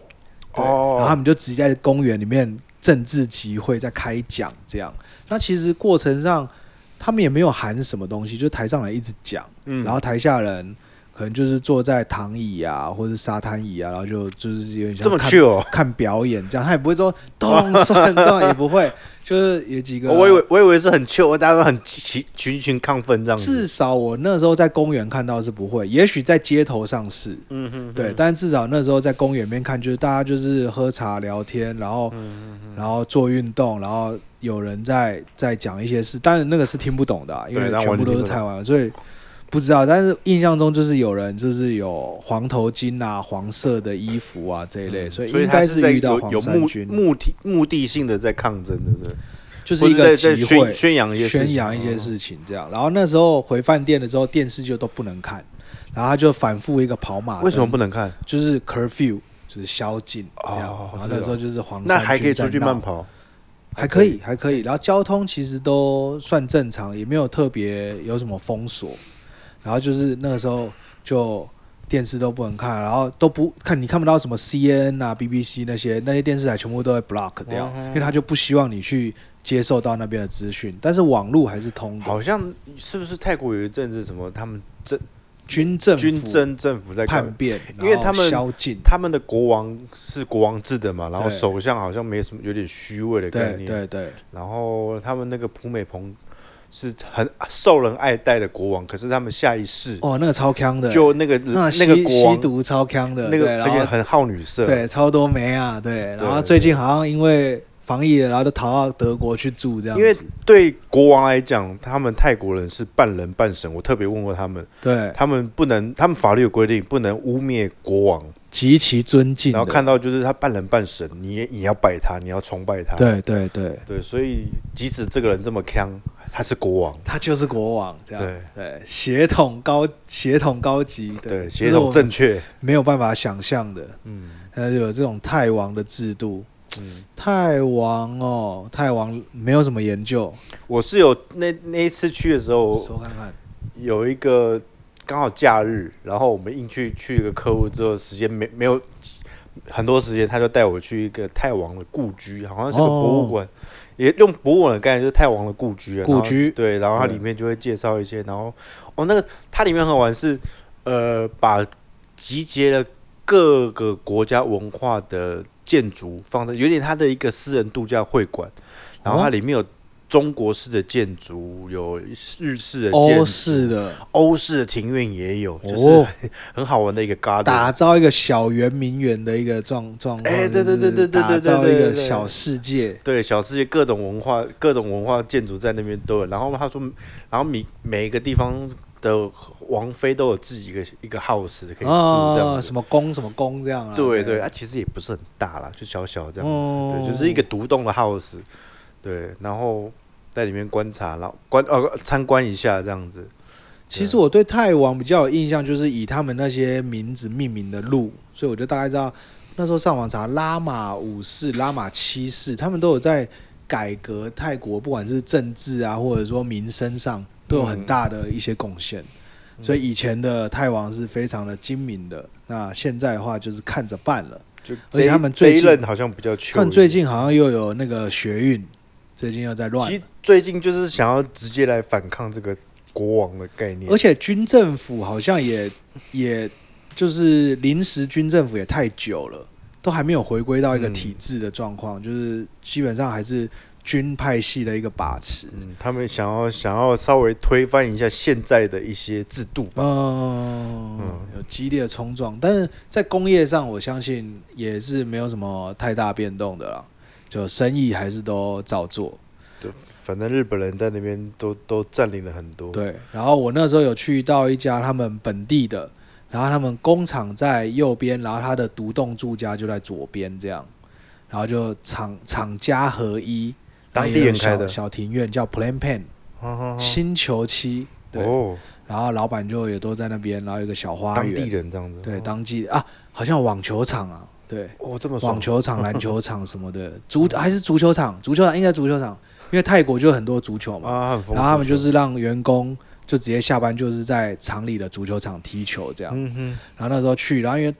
B: 对然后他
A: 哦，
B: 们就直接在公园里面政治集会，在开讲这样。那其实过程上他们也没有喊什么东西，就台上来一直讲，
A: 嗯
B: 然后台下人可能就是坐在躺椅啊，或者是沙滩椅啊，然后就就是有点像
A: 这么
B: 看
A: c 哦，
B: 看表演这样，他也不会 说动算动，也不会，就是有几个。
A: 哦我以为我以为是很 chill，大家会很群群群亢奋这样
B: 至
A: 子。
B: 少我那时候在公园看到是不会，也许在街头上是，
A: 嗯哼，
B: 对，但至少那时候在公园里面看，就是大家就是喝茶聊天，然后、
A: 嗯
B: 然后做运动，然后有人在在讲一些事，当然那个是听不懂的啊、因为
A: 对那
B: 全
A: 完
B: 部
A: 全
B: 都
A: 听
B: 是
A: 不懂
B: 台湾，所以不知道。但是印象中就是有人就是有黄头巾啊、黄色的衣服啊这一类，所
A: 嗯
B: 以
A: 所以
B: 应
A: 他
B: 该
A: 在
B: 遇到
A: 有
B: 黄
A: 有
B: 山
A: 目
B: 军，
A: 目的目的性的在抗争，对不对？
B: 就是
A: 或
B: 一
A: 者
B: 个
A: 在
B: 集
A: 在
B: 会
A: 宣宣扬一些事
B: 宣
A: 情
B: 扬一些。事情这样。然后那时候回饭店的时候，电视就都不能看，然后他就反复一个跑
A: 哦
B: 马灯，
A: 为什么不能看？
B: 就是 curfew，就是宵禁这样。
A: 哦
B: 然后那时候就是黄山
A: 那还可以出去慢
B: 跑，
A: 跑，
B: 还可以，还可以。然后交通其实都算正常，也没有特别有什么封锁。然后就是那个时候就电视都不能看，然后都不看，你看不到什么 CNN 啊、BBC 那些那些电视台全部都会 block 掉，
A: 嗯
B: 因为他就不希望你去接受到那边的资讯。但是网络还是通的，
A: 好像是不是泰国有一阵子什么，他们政
B: 军政
A: 军
B: 府
A: 政政府在搞
B: 叛变，
A: 因为
B: 然后
A: 他们
B: 宵禁。
A: 他们的国王是国王制的嘛，然后
B: 对
A: 首相好像没什么，有点虚伪的概
B: 对
A: 念。
B: 对对，
A: 然后他们那个普美蓬是很受人爱戴的国王，可是他们下一世
B: 哦，那个超强的，
A: 就那个
B: 那吸
A: 那个国
B: 吸
A: 王，
B: 毒超强的，
A: 那
B: 对
A: 个而且
B: 然后
A: 很好女色，
B: 对超多梅啊，对，然后
A: 对
B: 最近好像因为防疫了，然后就逃到德国去住这样
A: 因为
B: 子，
A: 对国王来讲，他们泰国人是半人半神。我特别问过他们，
B: 对，
A: 他们不能，他们法律有规定不能污蔑国王。
B: 极其尊敬
A: 然后
B: 的，
A: 看到就是他半人半神，你也你要拜他，你要崇拜他。
B: 对对对，
A: 对所以即使这个人这么强，他是国王。
B: 他就是国王这样，
A: 对
B: 对，啊血统高血统高级，
A: 对，
B: 这
A: 血
B: 是我
A: 统
B: 们
A: 正确。
B: 没有办法想象的，
A: 嗯
B: 呃，有这种泰王的制度，
A: 嗯，
B: 泰王哦，泰王没有什么研究，
A: 我是有那那一次去的时候，
B: 说看看，
A: 有一个刚好假日，然后我们硬去去一个客户之后，时间没没有很多时间，他就带我去一个泰王的故居，好像是个博物馆，也用博物馆的概念，就是泰王的故居啊。
B: 哦故居
A: 然后对，然后它
B: 对
A: 里面就会介绍一些，然后哦，那个它里面很好玩是，呃，把集结了各个国家文化的建筑放在，有点它的一个私人度假会馆，然后它
B: 哦
A: 里面有。中国式的建筑有日式的建
B: 欧
A: 筑，
B: 式的，
A: 欧式的庭院也有，就是
B: 哦，
A: 很好玩的一个 garden。
B: 打造一个小圆明园的一个状状况，
A: 哎对对对对对对
B: 就是打造
A: 对
B: 一
A: 对对
B: 个小世界，
A: 对，小世界各种文化、各种文化建筑在那边都有。然后他说，然后每每一个地方的王妃都有自己一个一个 house 可以住这样子。
B: 啊，什么宫什么宫这样啊，
A: 对对，啊，其实也不是很大啦，就小小这样。
B: 哦
A: 对，就是一个独栋的 house。对，然后在里面观察，然后观呃参观一下这样子。
B: 其实我对泰王比较有印象，就是以他们那些名字命名的路，所以我就大概知道那时候上网查拉玛五世、拉玛七世，他们都有在改革泰国，不管是政治啊，或者说民生上，都有很大的一些贡献。所以以前的泰王是非常的精明的，那现在的话就是看着办了。
A: 就
B: 而且
A: 这一
B: 他们
A: 这
B: 最
A: 一
B: 近
A: 任好像比较穷。
B: 但最近好像又有那个学运，最近又在乱
A: 其。实最近就是想要直接来反抗这个国王的概念
B: 而。且军政府好像也也就是临时军政府也太久了，都还没有回归到一个
A: 嗯
B: 体制的状况，就是基本上还是军派系的一个把持。
A: 嗯，他们想要想要稍微推翻一下现在的一些制度吧。
B: 嗯，有激烈的冲撞，但是在工业上，我相信也是没有什么太大变动的啦，就生意还是都照做。
A: 就反正日本人在那边都都占领了很多。，
B: 对，然后我那时候有去到一家他们本地的，然后他们工厂在右边，然后他的独栋住家就在左边这样，然后就厂厂家合一，然后
A: 当地
B: 也有
A: 人开
B: 小
A: 的
B: 小庭院叫 Plan Pan、
A: 哦
B: 星球七，对，
A: 哦，
B: 然后老板就也都在那边，然后有个小花
A: 当地
B: 园，
A: 人这样子，
B: 对，
A: 哦
B: 当季啊，好像网球场啊，对，
A: 哦这么爽
B: 网，球场、篮球场什么的，足还是足球场，足球场应该足球场，因为泰国就有很多足球嘛，
A: 啊，很丰富
B: 然后他们就是让员工就直接下班就是在厂里的足球场踢球这样，
A: 嗯哼，
B: 然后那时候去，然后因为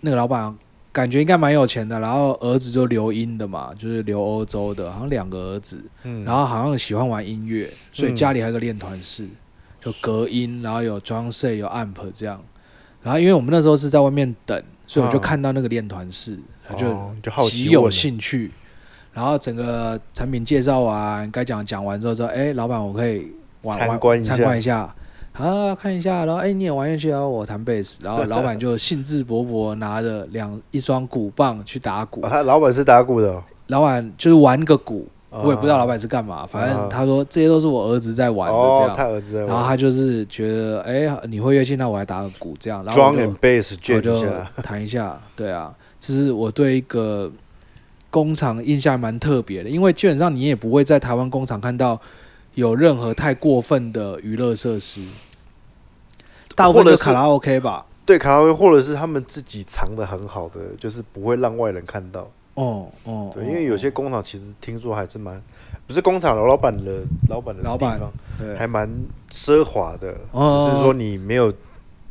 B: 那个老板感觉应该蛮有钱的，然后儿子就留英的嘛，就是留欧洲的，好像两个儿子，
A: 嗯，
B: 然后好像喜欢玩音乐，所以
A: 嗯
B: 家里还有个练团室，就隔音，然后有装饰，有 amp 这样。然后因为我们那时候是在外面等，所以我就
A: 啊
B: 看到那个练团室，我就
A: 哦就好奇
B: 极
A: 问
B: 有
A: 了
B: 兴趣。然后整个产品介绍完，该讲讲完之后说，哎，老板，我可以玩
A: 参
B: 玩
A: 观一下
B: 参观一下。啊，看一下，然后哎，你也玩乐器啊？我弹贝斯，然 后老板就兴致勃勃拿着两一双鼓棒去打鼓
A: 啊，，他老板是打鼓的哦，
B: 老板就是玩个鼓，
A: 啊
B: 我也不知道老板是干嘛，反正
A: 啊
B: 他说这些都是我儿子在玩的这
A: 哦，他
B: 样，
A: 儿子在玩，
B: 然后他就是觉得，哎、你会乐器，那我来打个鼓这样，然后我
A: drum
B: 就
A: and bass
B: 我
A: jam 一下，
B: 就弹一下， 对啊，这是我对一个工厂印象蛮特别的，因为基本上你也不会在台湾工厂看到有任何太过分的娱乐设施，大部分
A: 或者
B: 就
A: 是
B: 卡拉 OK 吧，
A: 对卡拉 OK，或者是他们自己藏的很好的，就是不会让外人看到。
B: 哦哦，
A: 对，
B: 哦
A: 因为有些工厂其实听说还是蛮，不是工厂老老板的老板的
B: 老
A: 地
B: 板
A: 方
B: 对
A: 还蛮奢华的，
B: 哦
A: 只是说你没有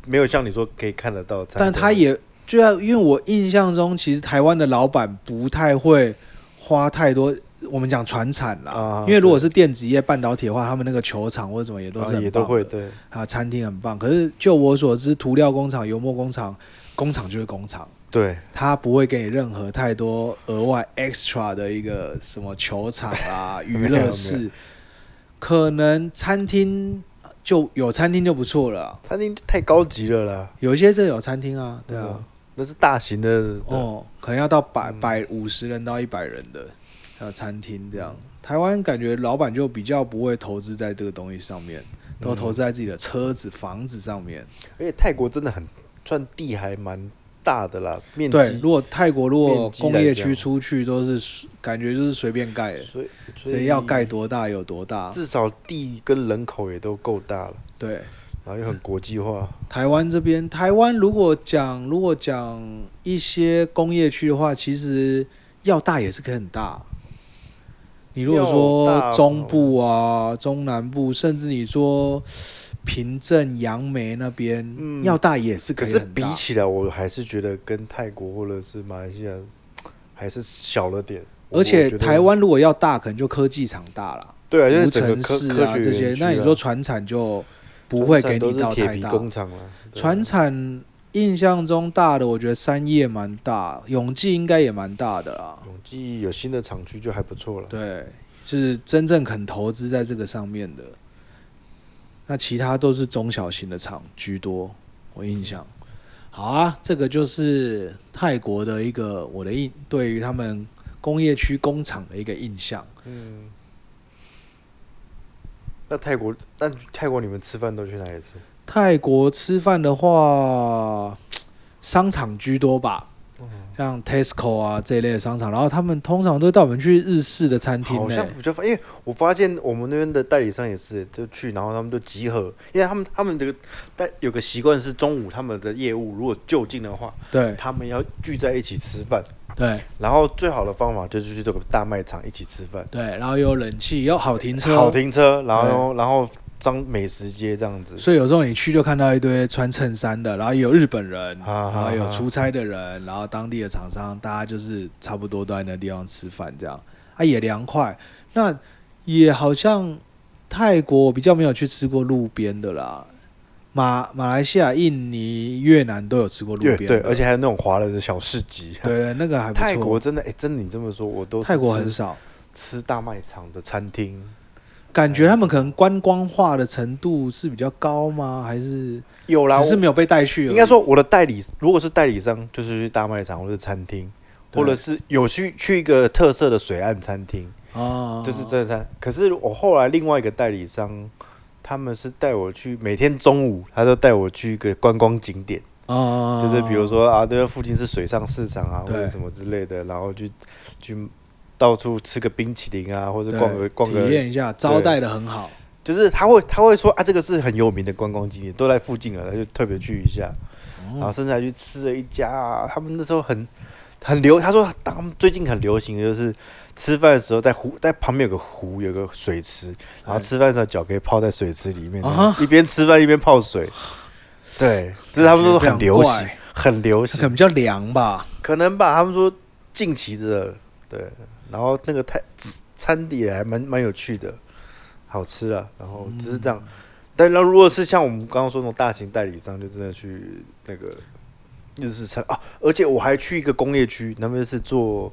A: 没有像你说可以看得到。啊
B: 但他也就要，因为我印象中，其实台湾的老板不太会花太多。我们讲船产啦，
A: 啊
B: 因为如果是电子业、半导体的话，他们那个球场或者什么也都
A: 啊
B: 是很
A: 也
B: 棒
A: 都会
B: 的
A: 对，
B: 啊，餐厅很棒。可是就我所知，涂料工厂、油墨工厂，工厂就是工厂，
A: 对，
B: 它不会给你任何太多额外 extra 的一个什么球场 啊、娱
A: 没有没
B: 乐
A: 有
B: 室。可能餐厅就有餐厅就不错了啊，
A: 餐厅太高级了啦，
B: 有一些这有餐厅啊，对啊。
A: 嗯，那是大型的，
B: 哦，可能要到百
A: 嗯
B: 百五十人到一百人的呃餐厅这样。台湾感觉老板就比较不会投资在这个东西上面，都投资在自己的车子、房子上面。
A: 而且泰国真的很算地还蛮大的啦，面
B: 对，
A: 积，
B: 如果泰国如果
A: 面积来
B: 工业区
A: 讲
B: 出去都是随感觉就是随便盖，
A: 所以
B: 所以要盖，多大有多大。
A: 至少地跟人口也都够大了，
B: 对，
A: 然后又很国际化，
B: 台湾这边，台湾如果讲如果讲一些工业区的话，其实要大也是可以很大。你如果
A: 要大
B: 说
A: 哦
B: 中部啊、中南部，甚至你说平镇、杨梅那边，
A: 嗯
B: 要大也是
A: 可
B: 可以
A: 是
B: 很
A: 比
B: 大。
A: 起来，我还是觉得跟泰国或者是马来西亚还是小了点。
B: 而
A: 我
B: 且
A: 觉得
B: 台湾如果要大，可能就科技厂大啦，
A: 对啊，就是
B: 无
A: 整个
B: 尘
A: 科
B: 室
A: 科
B: 啊
A: 学
B: 这些
A: 园。区啊
B: 那你说船产就不会给
A: 都
B: 你
A: 是
B: 到
A: 铁
B: 太
A: 皮
B: 大。
A: 工厂了。对啊
B: 船产印象中大的，我觉得三叶蛮大，永济应该也蛮大的啦。
A: 永济有新的厂区就还不错了。
B: 对，是真正肯投资在这个上面的。那其他都是中小型的厂居多，我印象。好啊，这个就是泰国的一个我的印对于他们工业区工厂的一个印象。
A: 嗯。那泰国，那泰国你们吃饭都去哪里吃？
B: 泰国吃饭的话，商场居多吧，
A: 哦
B: 像 Tesco 啊这一类的商场，然后他们通常都带我们去日式的餐厅、欸，
A: 好像比较发，因为我发现我们那边的代理商也是，欸就去，然后他们就集合，因为他们他们的但有个习惯是中午他们的业务如果就近的话，
B: 对
A: 他们要聚在一起吃饭。
B: 对
A: 然后最好的方法就是去这个大卖场一起吃饭，
B: 对，然后又有冷气，又好停车，哦
A: 好停车，然后然后当美食街这样子。
B: 所以有时候你去就看到一堆穿衬衫的，然后也有日本人，
A: 啊
B: 然后有出差的人，然后当地的厂商，大家就是差不多都在那地方吃饭这样，啊也凉快。那也好像泰国我比较没有去吃过路边的啦，马马来西亚、印尼、越南都有吃过路
A: 对
B: 边的，
A: 对，而且还有那种华人的小市集。
B: 对对那个还不错。
A: 泰国真的，哎，真的你这么说，我都是
B: 泰国很
A: 吃
B: 少，
A: 吃大卖场的餐厅，
B: 感觉他们可能观光化的程度是比较高吗？还是
A: 有啦，
B: 只是
A: 我
B: 没有被带去而已？
A: 应该说我的代理，如果是代理商，就是去大卖场或者餐厅，
B: 对
A: 或者是有去去一个特色的水岸餐厅，
B: 啊，
A: 就是这餐。可是我后来另外一个代理商，他们是带我去每天中午，他都带我去一个观光景点，
B: 啊，
A: 就是比如说啊，这个附近是水上市场啊，或
B: 对
A: 者什么之类的，然后去去到处吃个冰淇淋啊，或者
B: 对
A: 逛个逛
B: 体
A: 个，
B: 验一下，招待的很好，
A: 就是他会他会说啊，这个是很有名的观光景点，都在附近了，他就特别去一下，然后甚至还去吃了一家、啊，他们那时候很很流，他说他们最近很流行的就是吃饭的时候在湖在旁边有个湖，有个水池，然后吃饭的时候脚可以泡在水池里面，
B: 啊
A: 一边吃饭一边泡水，对，这是他们说很流行，很流
B: 它
A: 行
B: 可，能比较凉吧。
A: 可能吧，他们说近期的，对，然后那个泰餐点还蛮蛮有趣的，好吃啊，然后只是这
B: 嗯
A: 样。但那如果是像我们刚刚说那种大型代理商，就真的去那个日式餐啊，而且我还去一个工业区，那边是做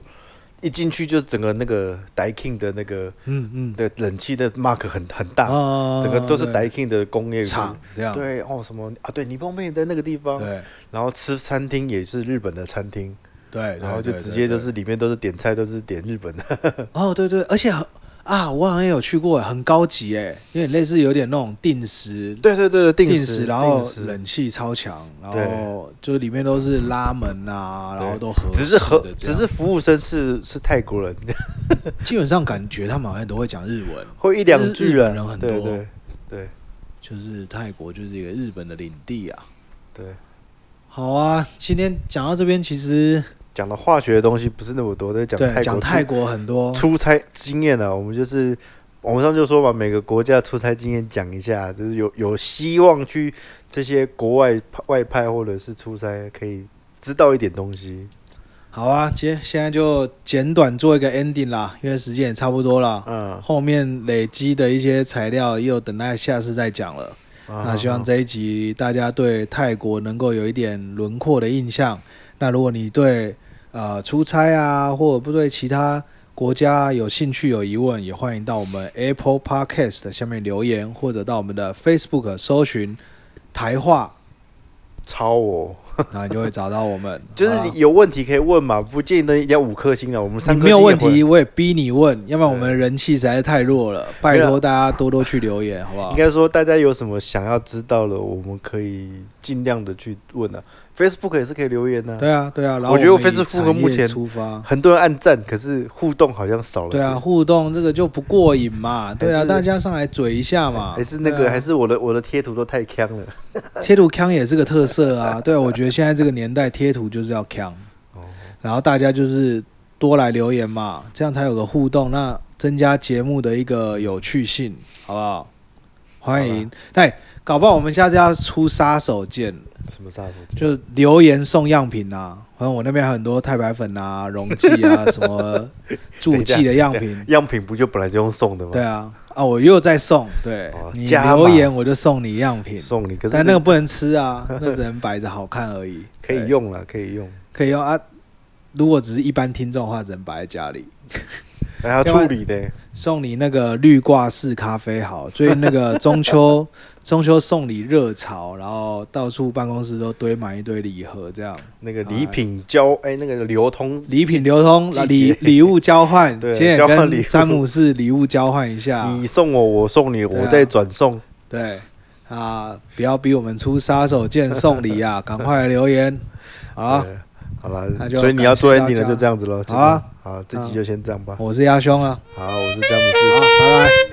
A: 一进去就整个那个 Daikin 的那个
B: 嗯嗯，
A: 的冷气的 mark 很很大，
B: 啊
A: 整个都是
B: 对
A: Daikin 的工业区。
B: 厂这样。
A: 对哦，什么啊？对，你碰面在那个地方，
B: 对
A: 然后吃餐厅也是日本的餐厅，
B: 对，
A: 然后
B: 对
A: 就
B: 对
A: 直接就
B: 对
A: 是里面都是点菜，都是点日本的。
B: 哦，对对，而且很啊，我好像也有去过，很高级哎，有点类似有点那种定时。
A: 对对对，定
B: 定
A: 时，
B: 然后
A: 定时
B: 冷气超强，然后就是里面都是拉门啊，然后都合适
A: 只是和
B: 的
A: 只
B: 这样
A: 是服务生是是泰国人，
B: 基本上感觉他们好像都会讲日文，
A: 会一两句
B: 日
A: 啊
B: 本人很
A: 对
B: 多
A: 对对
B: 就是泰国就是一个日本的领地啊。
A: 对，
B: 好啊，今天讲到这边，其实
A: 讲的化学的东西不是那么多，都是讲
B: 对
A: 泰
B: 讲
A: 国
B: 泰
A: 出
B: 国很多，
A: 出差经验啊。我们就是网上就说嘛，每个国家出差经验讲一下，就是有有希望去这些国外派外派或者是出差可以知道一点东西。
B: 好啊，今现在就简短做一个 ending 啦，因为时间也差不多了。
A: 嗯，
B: 后面累积的一些材料，又等待下次再讲了。那希望
A: 啊
B: 这一集大家对泰国能够有一点轮廓的印象。那如果你对呃出差啊，或者不对其他国家有兴趣、有疑问，也欢迎到我们 Apple Podcast 的下面留言，或者到我们的 Facebook 搜寻台话，
A: 超我。
B: 然后你就会找到我们。
A: 就是
B: 好啦
A: 你有问题可以问嘛，不建议那一定要五颗星的，啊我们三
B: 啊你
A: 颗
B: 没
A: 星
B: 有
A: 也
B: 问
A: 回
B: 题，，我也逼你问，要不然我们的人气实在是太弱了。拜托大家多多去留言，好不好
A: 应？该说大家有什么想要知道的，我们可以尽量的去问的、Facebook 也是可以留言的、
B: 对啊，对啊。然后
A: 我觉得
B: 我们以
A: Facebook
B: 产业
A: 目前
B: 出发，
A: 很多人按赞，可是互动好像少了。
B: 对啊，，互动这个就不过瘾嘛。对啊，
A: 是
B: 大家上来嘴一下嘛。啊
A: 还是那个，还
B: 是
A: 是我的我的贴图都太坑了。
B: 贴图腔也是个特色啊。对啊，我觉得现在这个年代贴图就是要腔
A: 哦，
B: 然后大家就是多来留言嘛，这样才有个互动，那增加节目的一个有趣性，好不好？欢迎。哎，搞不好我们下次要出杀手锏了。
A: 什么杀手？
B: 就留言送样品啊，反正我那边很多太白粉啊、溶剂 啊、什么助剂的样品。
A: 样品不就本来就用送的吗？
B: 对啊，啊，我又在送，对、
A: 哦
B: 你
A: 加码
B: 留言我就送你样品，
A: 送你，可是
B: 但那个不能吃啊，那只能摆着好看而已。
A: 可以
B: 对，
A: 用了，可以用，
B: 可以用啊。如果只是一般听众的话，只能摆在家里。
A: 还要处理的。
B: 送你那个绿挂式咖啡好，最近那个 中秋中秋送礼热潮，然后到处办公室都堆满一堆礼盒，这样。
A: 那个
B: 啊
A: 礼品交，哎、那个流通
B: 礼品流通
A: 季、节
B: 礼礼物交换，
A: 对
B: 今天也
A: 交换礼物
B: 跟詹姆斯礼物交换一下。
A: 你送我，我送你，
B: 啊对啊
A: 我再转送。
B: 对啊，不要逼我们出杀手锏送礼啊！赶快来留言，好啊，
A: 对，好啦
B: 那，就
A: 所以你要做
B: 感谢
A: ending
B: 大
A: 了，
B: 家
A: 就这样子喽。
B: 好啊
A: 今天，好，这集就先这样吧。
B: 我是鸭兄啊，
A: 好，我是詹姆斯
B: 好，。拜拜。